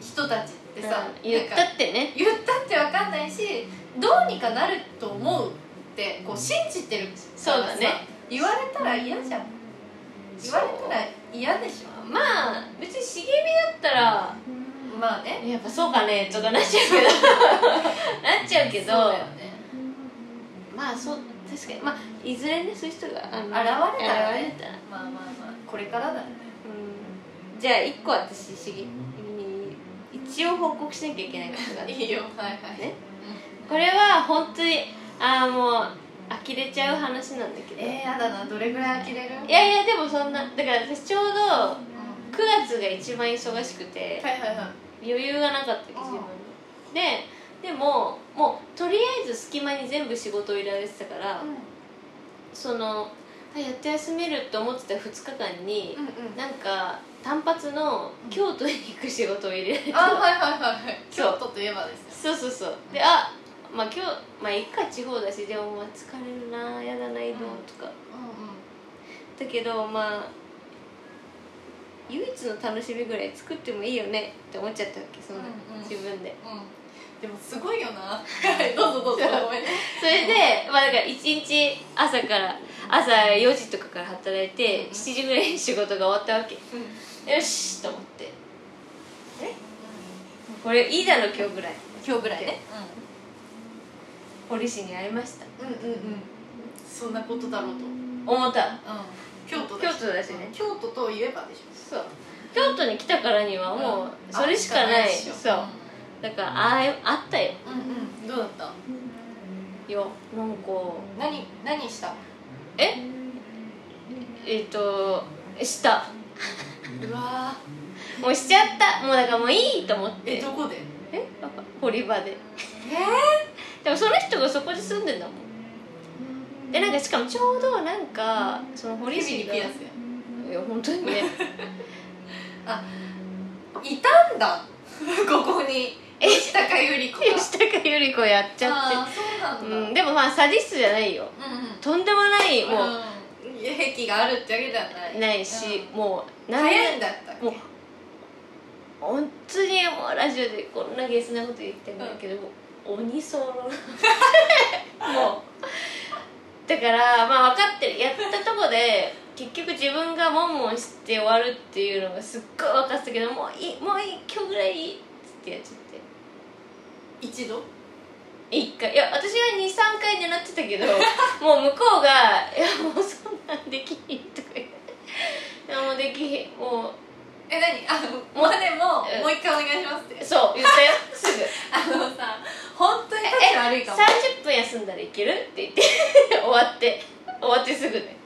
A: ひ人たちっってさ、
B: うん言っ
A: なん
B: た
A: か
B: ってね
A: 言ったって分かんないしどうにかなると思うってこう信じてるからさ
B: そうだね
A: 言われたら嫌じゃん言われたら嫌でしょ
B: まあ別に茂みだったら
A: まあね
B: やっぱそうかねとかなっちゃうけ どなっちゃうけど
A: そうだよね
B: まあそう確かにまあいずれねそういう人があ
A: 現
B: の
A: れたらね
B: 現れたら
A: まあまあまあこれからだよね
B: うんじゃあ一個私茂みに一応報告しなきゃいけないことがあって
A: いいよはいはい
B: ねこれは本当にああもう呆れちゃう話なんだけど、
A: えー、やだなどれぐらい呆れる
B: いやいやでもそんなだから私ちょうど
A: うん
B: 9月が一番忙しくて、
A: はいはいはい
B: 余裕がなかったけど自分のででももうとりあえず隙間に全部仕事を入れられてたから、そのあやっと休めると思ってた2日間に、
A: うんうん
B: なんか単発の京都に行く仕事を入れ られて、
A: あはいはいはいはい京
B: そう
A: 都といえばですね
B: そうそうそうであまあ今日まあ一回地方だしでもまあ疲れるなやだな移動とか、
A: う
B: だけどまあ唯一の楽しみぐらい作ってもいいよねって思っちゃったわけその、
A: うんうん
B: 自分で
A: んうんうんでもすごいよなはいどうぞ どうぞごめんね
B: そ れで、まあ、だから1日朝から朝4時とかから働いて、
A: うん
B: 7時ぐらいに仕事が終わったわけよしと思ってえこれいいだろ今日ぐらい
A: 今日ぐらいね
B: 堀氏に会いました
A: うんうんうんうんそんなことだろうとうん
B: 思った
A: 京都
B: 京都だしね
A: うん京都といえばでしょ
B: そう京都に来たからにはもうそれしかない、
A: あし
B: そう
A: かない
B: だからあいあったよ
A: でしょうんうんどうだった
B: よなんか
A: 何何した
B: ええっ、とした
A: うわ
B: もうしちゃったもうだからもういいと思っ
A: ーえ
B: て
A: どこで
B: えなんか堀場で
A: え
B: でもその人がそこで住んでんだもんでなんかしかもちょうどなんかその堀
A: リビ
B: 氏
A: に
B: が
A: ピアス
B: いや本当にね
A: いたん だここに吉高由里子が
B: 吉高由里子やっちゃ
A: あ
B: っ
A: あそうな
B: て
A: んだ、
B: うん、でもまあサディストじゃないよとんでもない
A: うんうん
B: も
A: うんいや癖があるってわけではな
B: う
A: い
B: ないし、
A: うん
B: もうなん
A: 早いんだったっけ
B: もう本当にもうラジオでこんなゲスなこと言ってんだけど、鬼そろ もうだからまあ分かってるやったとこで結局自分がモンモンして終わるっていうのがすっごい分かってたけどもういいもういい今日ぐらいいいっつってやっちゃって
A: 一度
B: 一回いや私は23回狙ってた けどもう向こうが「いやもうそんなんできひん」とか言って「いやもうできひん」もう
A: え何あのモネも
B: うん
A: もう一回お願いしますって
B: そう 言ったよすぐ
A: あのさ本当に立ち悪いかも
B: 30分休んだらいけるって言 って終わって終わってすぐね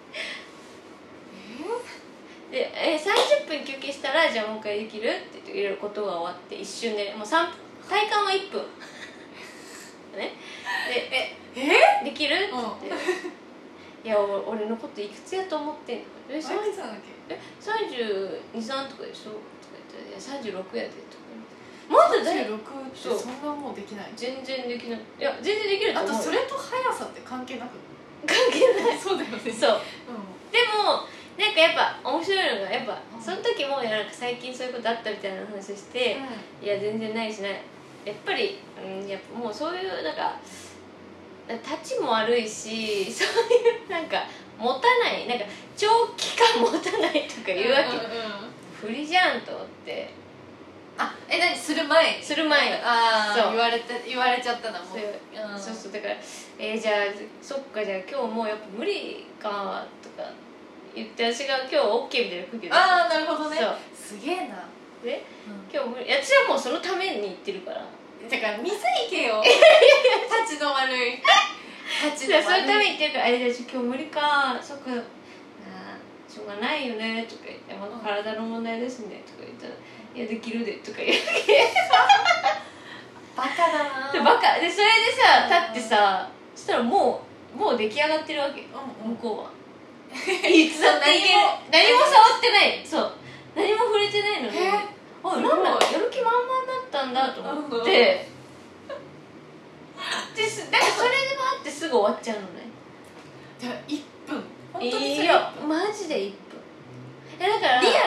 B: でえ30分休憩したらじゃあもう一回できるって言っていろいろことが終わって一瞬でもう三体感は1分 ね
A: ええ
B: でできるって言って「いやお俺のこといくつやと思ってんの?え」
A: マリさんだっ
B: え三323とかでしょ?」とか言ったら「いや36やで」とか言ってま
A: け
B: ずだ
A: 36
B: よ
A: ってそんなもうできない
B: 全然できないいや全然できると
A: あ
B: 思う
A: と
B: よ
A: それと速さって関係なく
B: 関係ない
A: そうだよね
B: そう
A: う
B: でもなんかやっぱ面白いのがやっぱその時もいやなんか最近そういうことあったみたいな話をして
A: ん、
B: いや全然ないしないやっぱり、うん、やっぱもうそういうなんか立ちも悪いし そういうなんか持たないなんか長期間持たないとか言うわけ、
A: んんん
B: 振りじゃんと思って
A: あえ何する前
B: する前に
A: あ
B: そ
A: あ
B: う
A: 言われて言われちゃったなもう
B: そう
A: うん
B: そうそうだから「えー、じゃあそっかじゃあ今日もうやっぱ無理か」とか言って私が「今日 OK」みたいな空気で
A: ああなるほどね
B: そう
A: すげえな
B: で
A: うん
B: 今日無理いや私はもうそのために行ってるから
A: だから水行けよ 立ちの悪い立
B: そ
A: ち
B: う
A: の
B: そ
A: 悪
B: のため
A: い
B: に行ってるから「あれじゃあ今日無理かそっかあーしょうがないよね」とか言って「まあ、体の問題ですね」とか言ったら「いやできるで」とか言って
A: バカだな
B: でバカでそれでさ立ってさそしたらもうもう出来上がってるわけ
A: うんう
B: 向
A: ん
B: こうはいつだって
A: 何も
B: 何も触ってないそう何も触れてないのに
A: え
B: あ
A: すごい
B: なんだやる気満々だったんだと思ってでですだからそれでもあってすぐ終わっちゃうのね
A: じゃあ1分本当にそれ
B: いやマジで1分えだから
A: リアルには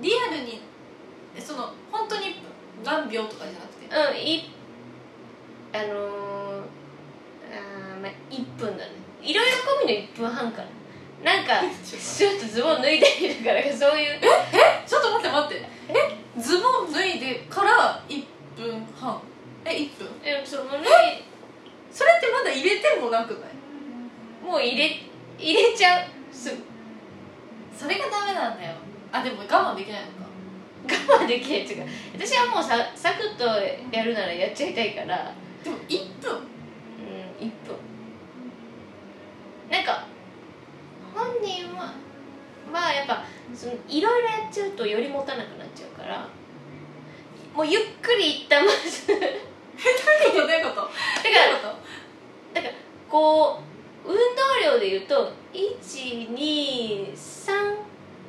A: リアルにえその本当に1分何秒とかじゃなくて
B: うんいあのー、あーまあ1分だねいろいろ込みの1分半かななんかちょっとズボン脱いでみるからそういう
A: ちょっと待って待ってえズボン脱いでから1分半え1分
B: えその脱い
A: それってまだ入れてもなくない
B: もう入れ入れちゃうすぐ
A: それがダメなんだよあでも我慢できないのか
B: 我慢できないっていうか私はもうさサクッとやるならやっちゃいたいから
A: でも1分
B: うん1分なんか本人ははやっぱそのいろいろやっちゃうとより持たなくなっちゃうからもうゆっくり一旦まずだか
A: どういうことどう
B: ら
A: いうこ
B: こう運動量で言うと123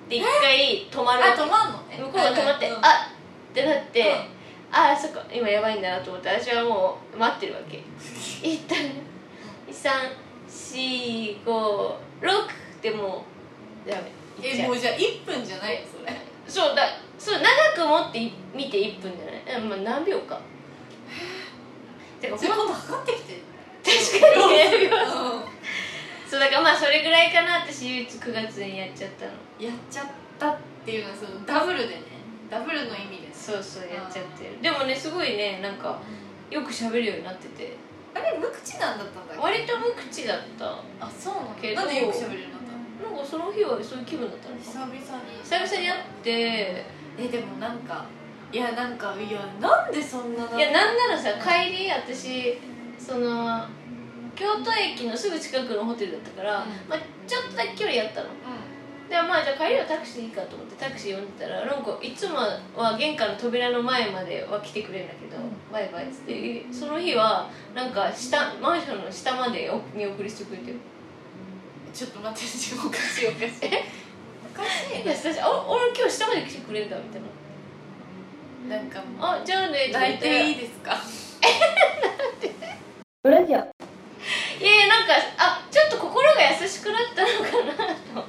B: で1回止まる
A: とあ
B: わけ
A: 止まんのね
B: 向こうが止まって、
A: うん
B: あっってなって、
A: うん
B: ああそっか今やばいんだなと思って私はもう待ってるわけ一旦3456でもうダメいっち
A: え
B: ゃ
A: も
B: う
A: うじゃあ1分じゃないよそれ
B: そうだそう長く持ってい見て1分じゃない、うんまあ、何秒かてか
A: 自分のこと測ってきて
B: 確かにね
A: うん
B: そうだからまあそれぐらいかな私唯一9月にやっちゃったの
A: やっちゃったっていうのはそのダブルでねダブルの意味です
B: そうそうやっちゃってるでもねすごいねなんかよく喋るようになってて
A: あれ無口なんだったんだっけ
B: 割と無口だった
A: あそうなの
B: けど
A: なんでよく喋るようになったの
B: なんかその日はそういう気分だったのか
A: 久
B: な
A: 々に
B: 久々に会って
A: えでもなんかいやなんかいやなんでそんなない
B: やなんならさ帰り私その京都駅のすぐ近くのホテルだったから、
A: うん
B: まあ、ちょっとだけ距離やったのでまあじゃあ帰りはタクシーでいいかと思ってタクシー呼んでたらなんかいつもは玄関の扉の前までは来てくれるんだけど、
A: うん
B: バイバイっつってその日はなんか下マンションの下まで見送りしてくれてる
A: うんちょっと待って自分おかしいおかしいおかしい
B: いや
A: ね
B: 私あ俺今日下まで来てくれるんだみたい
A: な
B: な
A: んかもう
B: あじゃあねとか言
A: 泣い
B: ったら
A: ていいですか
C: 裏じゃ
B: いやいやなんかあちょっと心が優しくなったのかなと思っ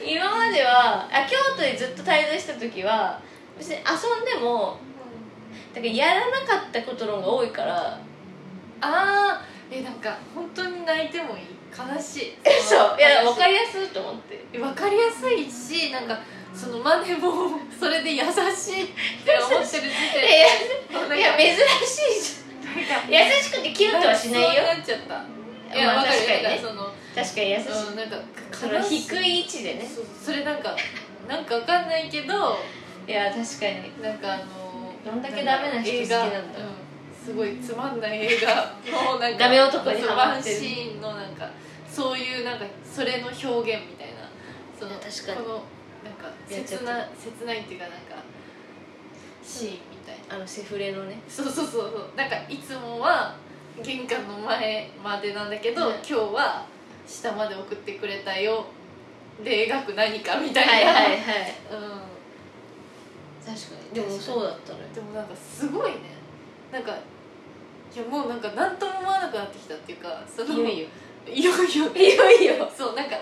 B: て今まではあ京都にずっと滞在した時は別に遊んでもだからやらなかったことの方が多いから
A: ああえなんか本当に泣いてもいい悲しい
B: そういや
A: 悲し
B: 分かりやすいと思って
A: いわかりやすいしなんかそのマネもそれで優しいって思って る時
B: いやい
A: 点で
B: やいや
A: め
B: 珍し いじゃん優しくてキュンとはしないよ
A: そうなっちゃったいや
B: まあ
A: わかる
B: 確かにね
A: なんその
B: 確かに優しい
A: うんなんか
B: その低い位置でね
A: そうそれなんかなんかわかんないけど
B: いや確かに
A: なんかあの
B: どんだけダメな人好きなん
A: 映
B: だ
A: 画うんすごいつまんない映 画のなんか
B: ダメ男にハマってる
A: そうワンシーンのなんかそういうなんかそれの表現みたいなその
B: いや確かに
A: このなんか
B: やっちゃっ
A: 切
B: た
A: な切ないっていうかなんかシーンみたいな
B: あのセフレのね
A: そうそうそうそうなんかいつもは玄関の前までなんだけど、
B: うん
A: 今日は下まで送ってくれたよで描く何かみた
B: はいい
A: な、
B: はいはい
A: うん
B: 確かにでもそうだったのよ
A: でもなんかすごいねなんかいやもうなんか何とも思わなくなってきたっていうかその
B: いよいよ
A: いよいよ
B: いよいよ
A: そうなんか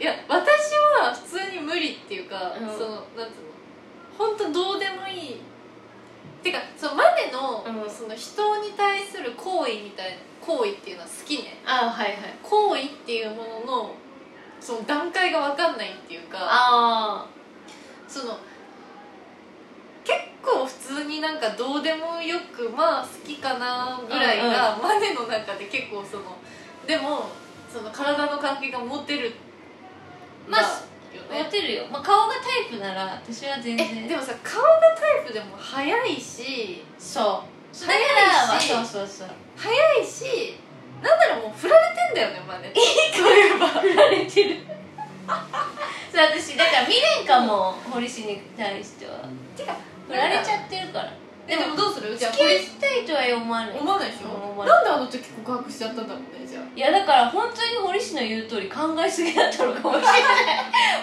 A: いや私は普通に無理っていうか、
B: う
A: そ
B: ん
A: のなんつうの本当どうでもいいてかそのマネの,、
B: うん
A: その人に対する行為みたいな行為っていうのは好きね
B: あはいはい
A: 行為っていうもののその段階が分かんないっていうか
B: あ
A: その結構普通になんかどうでもよくまあ好きかなぐらいが、マネの中で結構そのでもその体の関係がモテる
B: まあ
A: よ
B: あモ
A: ね
B: テるよ、まあ、顔がタイプなら私は全
A: え
B: 然
A: でもさ顔がタイプでも早いし
B: そうだか
A: 早いし
B: らまあそうそうそう
A: 早いしなんならもう振られてんだよねマネそういえば
B: られてる そう私だから未練かも堀市に対しては
A: てか
B: 振られちゃってるから
A: えでもどうするじゃあ
B: 付き合いたいとは思わない
A: 思わないでしょ、
B: うん思わな
A: な
B: い
A: んであの時告白しちゃったんだろうねじゃあ
B: いやだから本当に堀市の言う通り考えすぎだったのかもしれない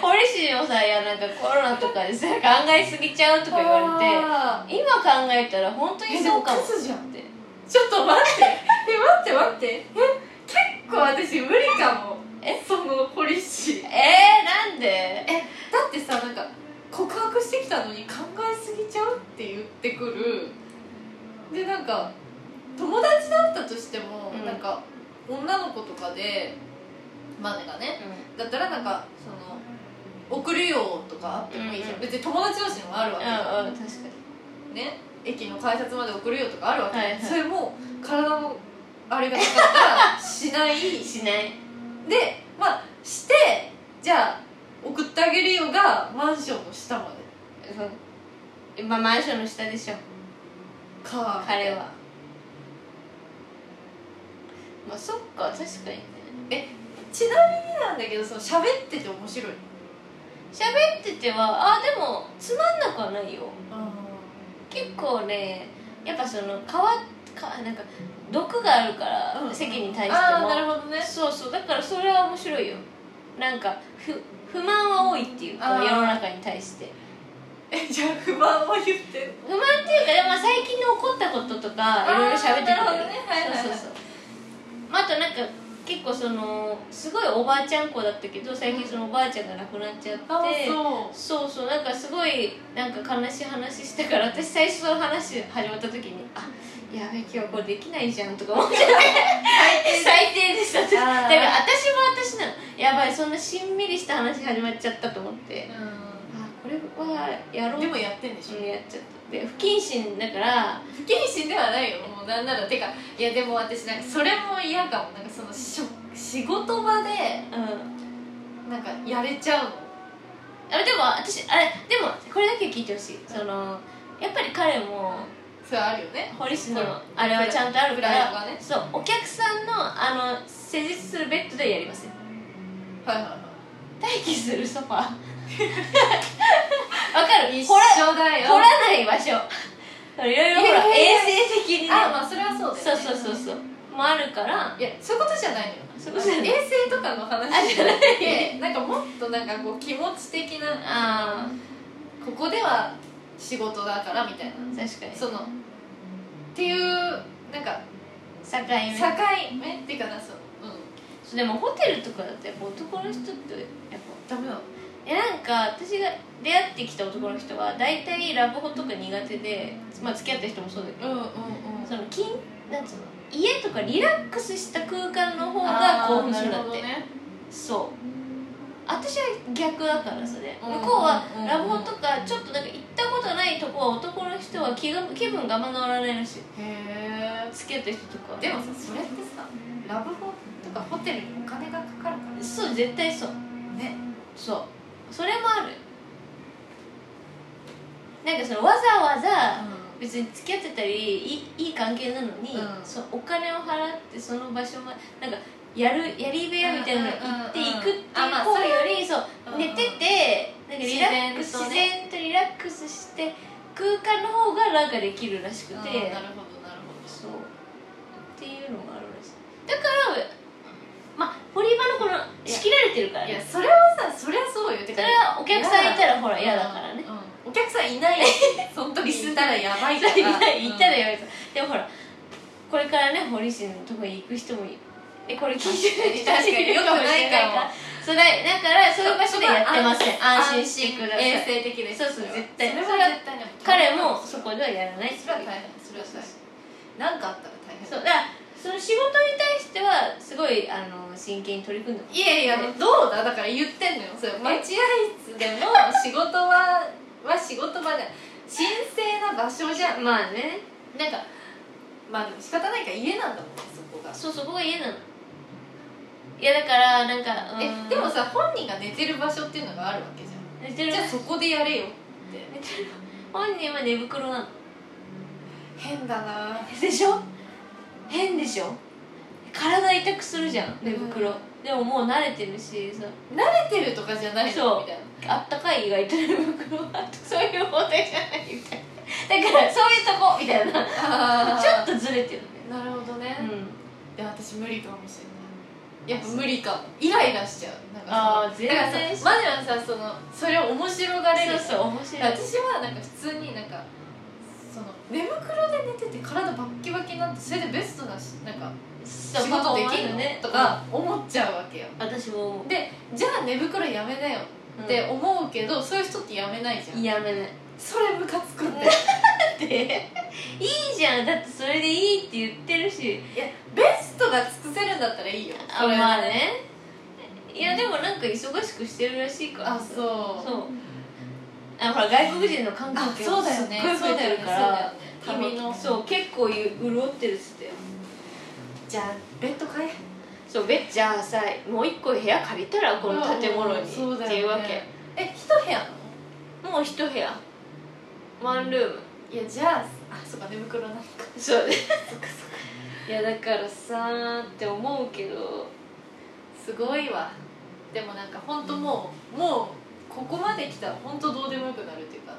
B: 堀市もさいやなんかコロナとかでさ考えすぎちゃうとか言われて
A: わ
B: 今考えたら本当にそうかも
A: えでもカスじゃん
B: って
A: ちょっと待ってえ待って待ってえ結構私無理かもえそのポリシーだ
B: えー、なんで
A: ってさなんか告白してきたのに考えすぎちゃうって言ってくるでなんか友達だったとしても、
B: うん
A: なんか女の子とかでマネがねだったらなんかその送るよとかあってもいいじゃん、
B: うんうん
A: 別に友達同士でもあるわけよ、
B: うんうん確か
A: ね駅の改札まで送るよとかあるわけ、
B: はいはい
A: それも体のあれがなかったらしない
B: にしない
A: でまあしてじゃあ送ってあげるよがマンションの下まで
B: うんまあマンションの下でしょ
A: か
B: 彼はまあそっか確かにね
A: ちなみになんだけどその喋ってて面白い
B: 喋っててはあでもつまんなくはないよ結構ねやっぱその変わかなんか毒があるから、
A: うん
B: 席に対しても
A: ああなるほどね
B: そうそうだからそれは面白いよなんか不不満は多いっていう
A: あ
B: か
A: ー
B: 世の中に対して
A: えじゃあ不満を言って
B: 不満っていうかでもまあ最近の起こったこととか
A: あー
B: いろいろ喋ってくれ
A: なるほどねはいはいはい
B: そうそうそうまああとなんか結構そのすごいおばあちゃん子だったけど最近そのおばあちゃんが亡くなっちゃって
A: あそ
B: そうそうなんかすごいなんか悲しい話したから私最初の話始まった時に「あやべ今日これできないじゃん」とか思って最低でしただから
A: あー
B: 私も私なのやばいそんなしんみりした話始まっちゃったと思ってあこれはやろ
A: う
B: う
A: でもやってんでしょ
B: うんやっちゃったで不謹慎だから
A: 不謹慎ではないよもうなんならてかいやでも私なんかそれも嫌かもなんかそのしょ仕事場で
B: うん
A: なんかやれちゃうの
B: あでも私あれでもこれだけ聞いてほしいそのやっぱり彼も
A: それあるよね
B: 堀市のあれはちゃんとあるか
A: プライドが
B: ら、
A: ね
B: そうお客さんのあの施術するベッドでやりますよ
A: はいはいは
B: 待機するソファー わか
A: い一緒
B: る掘ら
A: だよ
B: 掘らない場所いろいろほら
A: いやいや
B: 衛
A: いや
B: 生的にね
A: あまあそれはそうだ
B: そ
A: よ、
B: う
A: ね、
B: そうそうそうもあるから
A: いやそういうことじゃないのよ
B: そういうことじゃない
A: 衛生とかの
B: あ
A: 話
B: じゃない
A: でなんかもっとなんかこう気持ち的な
B: あ
A: ここでは仕事だからみたいな
B: ー確かに
A: そのっていうなんか
B: 境目
A: 境目っていうかなそのうん
B: そうでもホテルとかだとやっぱ男の人ってやっぱ
A: ダメなの
B: えなんか私が出会ってきた男の人は大体ラブホとか苦手で、まあ、付き合った人もそうだけど、
A: うんうんうん
B: その金なんつうの家とかリラックスした空間の方が興奮するんだって、
A: ね、
B: そう私は逆だからそれ、
A: うん
B: 向こうは
A: うん
B: ラブホとかちょっとなんか行ったことないとこは男の人は気が気分がま乗らないらしい
A: へ
B: 付き合った人とかは
A: えでもさそれってさラブホとかホテルにお金がかかるから
B: そう絶対そう
A: ね
B: そうそれもあるなんかそのわざわざ、別に付き合ってたりいいいい関係なのに、
A: うん
B: そのお金を払ってその場所まなんかやるやり部屋みたいなのに行っていくって
A: うんうん
B: いう
A: うんうんあまあ
B: 方よりそう
A: うんうん
B: 寝ててなんかリラックス
A: 自然と
B: 自
A: ね
B: 然とリラックスして空間の方がなんかできるらしくて、
A: なるほどなるほ
B: そうっていうのがあるらしいだからまあ堀場のこの仕切られてるから
A: どいや
B: ね
A: それはさそりゃそうよて
B: そ
A: か
B: れはお客さんいたらほら嫌だからね、
A: うんお客さんい ないその時行ったらやばい
B: 行
A: か
B: っ
A: ら
B: たら言ったらやめた、でもほらこれからね堀市のとこに行く人もいえこれ聞いてる人たちいるかもしれないからそうだだからそういう場所でやってません安心してください
A: 衛生的です
B: そうそう絶対
A: それは絶対に
B: 彼もそこではやらない
A: それは大変それは大変なんかあったら大変
B: そうだからその仕事に対してはすごいあの真剣に取り組んでます
A: いやいやどうだだから言ってんのよそれ待合室でも仕事場は仕事場じゃない神聖な場所じゃん
B: まあね
A: なんかまあでも仕方ないから家なんだもんねそこが
B: そうそこが家なのいやだからなんかうー
A: え
B: ん
A: でもさ本人が寝てる場所っていうのがあるわけじゃ
B: 寝てる
A: んじゃあそこでやれよって
B: 寝てる本人は寝袋なの
A: 変だな
B: でしょ変でしょ体痛くするじゃん寝袋、
A: うん
B: でももう慣れてるしさ
A: 慣れてるとかじゃない
B: そう
A: のみたいな
B: あったかい意外と寝袋 はそういう問題じゃないみたいなだからそういうとこみたいな
A: あ
B: ちょっとずれてるね
A: となるほどね、
B: う
A: い
B: ん
A: や私無理かもしれないやっぱ無理かもイライラしちゃうなん
B: あ
A: か
B: あ
A: その
B: 全
A: だから
B: 然
A: さマジはさそのそれを面白がれる
B: そうそう面白い
A: 私はなんか普通になんかその寝袋で寝てて体バッキバキになってそれでベストなしなんか
B: 仕
A: 仕事できんの、とか思っちゃうわけよ
B: 私も思う
A: でじゃあ寝袋やめなよ
B: うん
A: って思うけど、そういう人ってやめないじゃん
B: やめない
A: それムカつくんでって
B: いいじゃんだってそれでいいって言ってるし
A: いやベストが尽くせるんだったらいいよ
B: あまあねいやでもなんか忙しくしてるらしいから
A: あそう
B: そうあほら外国人の観光
A: あ
B: 客
A: そうだよね
B: すっごい増えてるから
A: そうだよね
B: 君のそう結構潤ってるっつってよ
A: じゃあベッド買え
B: そうべじゃあさもう一個部屋借りたらこの建物にって
A: そうだよね
B: いうわけ
A: え一部屋なの
B: もう一部屋ワンルーム
A: いやじゃああそうか寝袋ないか
B: そうね いやだからさーって思うけど
A: すごいわでもなんか本当もう、もうここまで来たら本当どうでもよくなるっていうか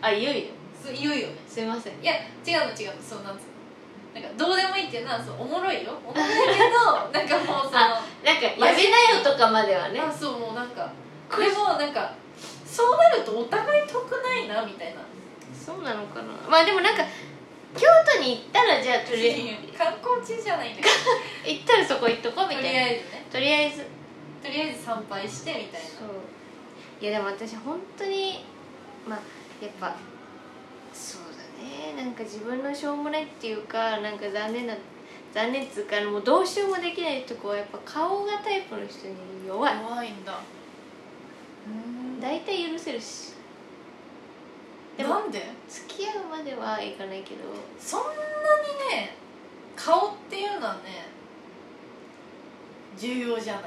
B: あいよいよ
A: すいよいよね
B: すいません
A: いや違うの違うのそうなんつうのなんかどうでもいいっていうのはそうおもろいよおもろい けどなんかもうその
B: なんかやめなよとかまではね
A: あそうもうなんかこれもなんかそうなるとお互い得ないなみたいな
B: そうなのかなまあでもなんか京都に行ったらじゃあとりあえ
A: 観光地じゃないんだけ
B: ず行ったらそこ行っとこうみ
A: どと
B: た
A: り
B: い
A: あ
B: な
A: えずね
B: とりあえず
A: とりあえず参拝してみたいな
B: そういやでも私本当にまあやっぱそうだねなんか自分のしょうもないっていうかなんか残念な残念っつうかもうどうしようもできないとこはやっぱ顔がタイプの人に弱い
A: 怖いんだうん
B: 大体許せるしでも
A: なんで
B: 付き合うまではいかないけど
A: そんなにね顔っていうのはね重要じゃない、
B: っ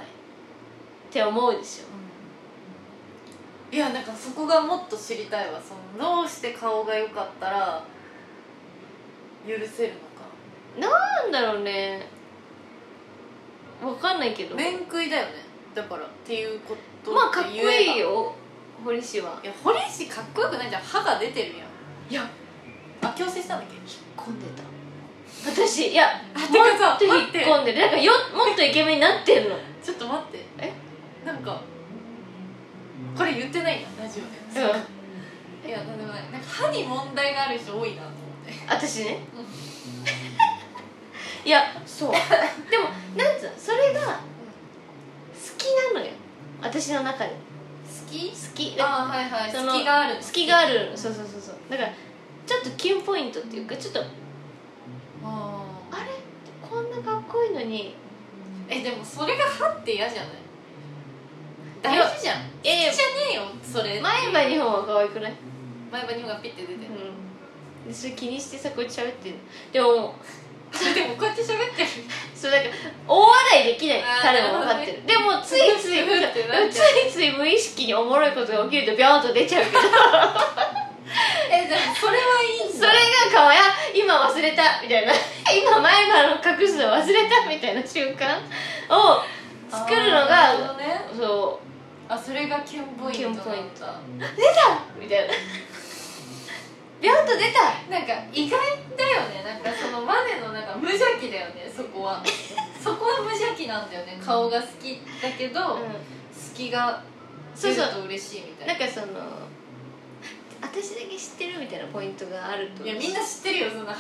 B: て思うでしょ
A: いやなんかそこがもっと知りたいわそのどうして顔が良かったら許せるのか
B: なんだろうねわかんないけどま
A: 面食いだよねだからっていうこと
B: あかっこいいよ堀氏はい
A: や堀市かっこよくないじゃん歯が出てるやんいやあ矯正したんだっけ
B: 混んでた私いや
A: あ
B: も
A: てかさ
B: っと引っ
A: 待って
B: 込んでるなんかよもっとイケメンになってるの
A: ちょっと待って
B: え
A: なんかこれ言ってないなラジオで、
B: うん
A: いやなんでもないなんか歯に問題がある人多いなと思って
B: 私ね いやそう でもなんつうのそれが好きなのよ私の中で
A: 好き
B: 好き
A: ああはいはい
B: その
A: 好きがある
B: 好きがあるそうそうそうそうだからちょっとキュンポイントっていうかちょっと
A: あー
B: あれこんなかっこいいのに
A: えでもそれが歯って嫌じゃない大事じゃん
B: いやいや
A: じゃねえよそれ
B: 前歯2本は可愛くない
A: 前歯にがピッて 出てる
B: うんでそれ気にしてさこうやって喋ってるでも
A: でもこうやって喋ってる
B: そうだから大笑いできない
A: あー
B: 彼も分かってるでもついつい
A: ふってなっち
B: つ
A: ゃう
B: いつい無意識におもろいことが起きるとビョーンと出ちゃうけど
A: えでもそれはいいん
B: そ
A: だ
B: れがかわいい今忘れたみたいな 今前歯の隠すの忘れたみたいな瞬間を作るの
A: あーなる
B: が
A: ほどね
B: そ
A: あそれがキュンポイントなんだ
B: キュンポイントうみたいな ビョーンと出た
A: なんか意外だよねなんかそのマネのなんか無邪気だよねそこ はそこは無邪気なんだよね顔が好きだけど、好きが出ると嬉しいみたい
B: な
A: なん
B: かその私だけ知ってるみたいなポイントがあると
A: いやみんな知ってるよそんな歯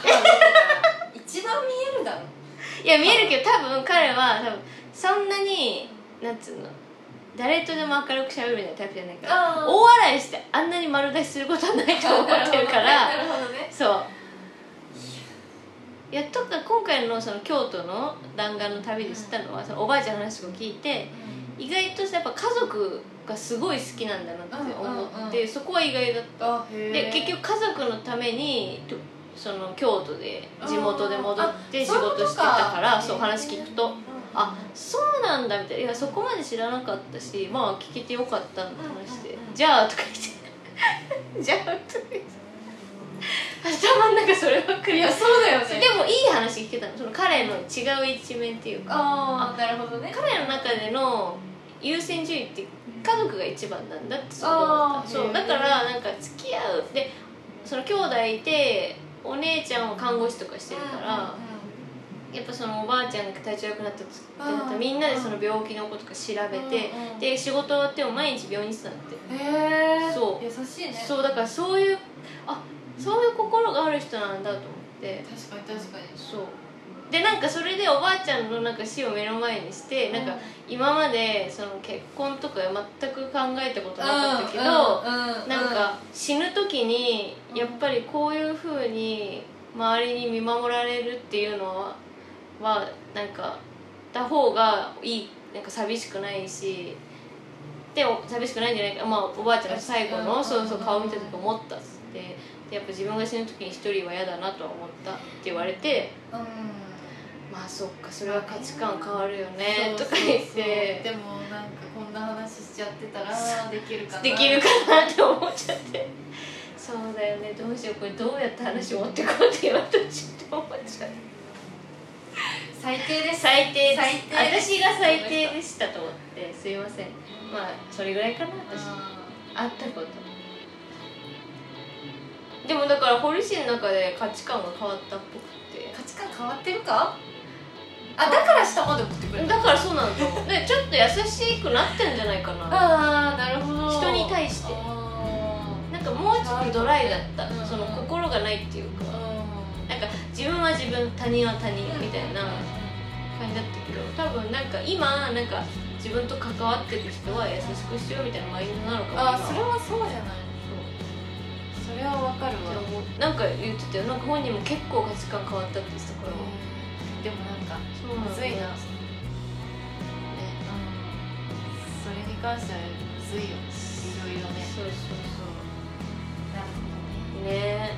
A: 一番見えるだろ
B: いや見えるけど多分彼は多分そんなになんつうの誰とでも明るくしゃべるみたいなタイプじゃないから
A: あー
B: 大笑いしてあんなに丸出しすることはないと思ってるか
A: な
B: ら
A: るほどね
B: そういやとか今回のその京都の弾丸の旅で知ったのは、そのおばあちゃんの話を聞いて意外とさやっぱ家族がすごい好きなんだなって思って、
A: うんうんう
B: そこは意外だった
A: あへ
B: で結局家族のためにとその京都で地元で戻って
A: あ
B: 仕事してたからそう
A: そういうことか
B: 話聞くとあそうなんだみたいないやそこまで知らなかったしまあ聞けてよかったって話して、
A: うんうんうん
B: じゃあとか言って じゃあとか言って頭の中そればっかり
A: いやそうだよ
B: で
A: ね
B: もいい話聞けたのその彼の違う一面っていうか
A: ああなるほどね
B: 彼の中での優先順位って家族が一番なんだってすごい思っ
A: あー
B: たそ
A: へ
B: う
A: ー
B: だからなんか付き合うでその兄弟いてお姉ちゃんは看護師とかしてるから、
A: うんうんうん
B: やっぱそのおばあちゃんが体調良くなった時ってなったら
A: うん
B: みんなでその病気のことか調べて、
A: うんうん
B: で仕事終わっても毎日病院にしてたんだって、
A: へえ
B: そう
A: 優しいね
B: そうだからそういうあそういう心がある人なんだと思って
A: 確かに確かに
B: そうでなんかそれでおばあちゃんのなんか死を目の前にしてなんか今までその結婚とか全く考えたことなかったけど、なんか死ぬ時にやっぱりこういうふうに周りに見守られるっていうのははなんかた方がいいなんか寂しくないしでお寂しくないんじゃないか、まあ、おばあちゃんが最後
A: うんうんう
B: の
A: ん
B: そうそう顔見た時思ったっつってでやっぱ自分が死ぬ時に一人は嫌だなとは思ったって言われて
A: うん
B: まあそっかそれは価値観変わるよ
A: そ
B: ね
A: う
B: と
A: そう
B: か
A: そう
B: 言って
A: でもなんかこんな話しちゃってたらできるかな
B: できるかなって思っちゃってそうだよねどうしようこれどうやって話持ってこうって言われたらちょっと思っちゃう
A: 最低です
B: 最低です
A: 最低です
B: 私が最低でしたと思ってすいませんまあそれぐらいかな私あったことでもだから堀市の中で価値観が変わったっぽくて
A: 価値観変わってるかあだから下まで送ってくれた
B: だからそうなんだよねちょっと優しくなってんじゃないかな
A: ああなるほど
B: 人に対して
A: あ
B: なんかもうちょっとドライだった
A: うん
B: その心がないっていう
A: ー
B: か
A: う
B: なんか自分は自分他人は他人
A: ん
B: みたいな感じだったけど多分なんか今なんか自分と関わってる人は優しくしようみたいなマインドなのかも
A: あー
B: 今
A: それはそうじゃないそれはわかるわ
B: そうなんか言ってたよなんか本人も結構価値観変わったって言ってたから、
A: うんでもなんか
B: そう
A: むずいな、
B: ね
A: ね、それに関してはむずいよいろいろね
B: そうそうそ
A: なるほ
B: うね
A: どね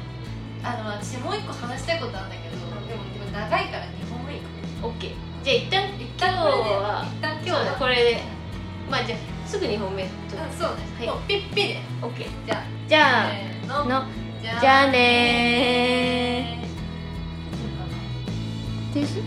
A: あの私もう一個話したいことあるんだけどでもでも長いから2本目いく
B: オッケーじゃあ一旦
A: 一旦これで
B: 今日は
A: 一旦今日
B: 今日ね
A: は
B: これでまあじゃあすぐ2本目撮る
A: うんそうね、
B: はい
A: もうピッピで
B: オッケー
A: じゃ
B: じ
A: あ
B: ゃあ、
A: せーの
B: の
A: じゃ
B: じゃあ
A: あ
B: ねー
A: ね
B: です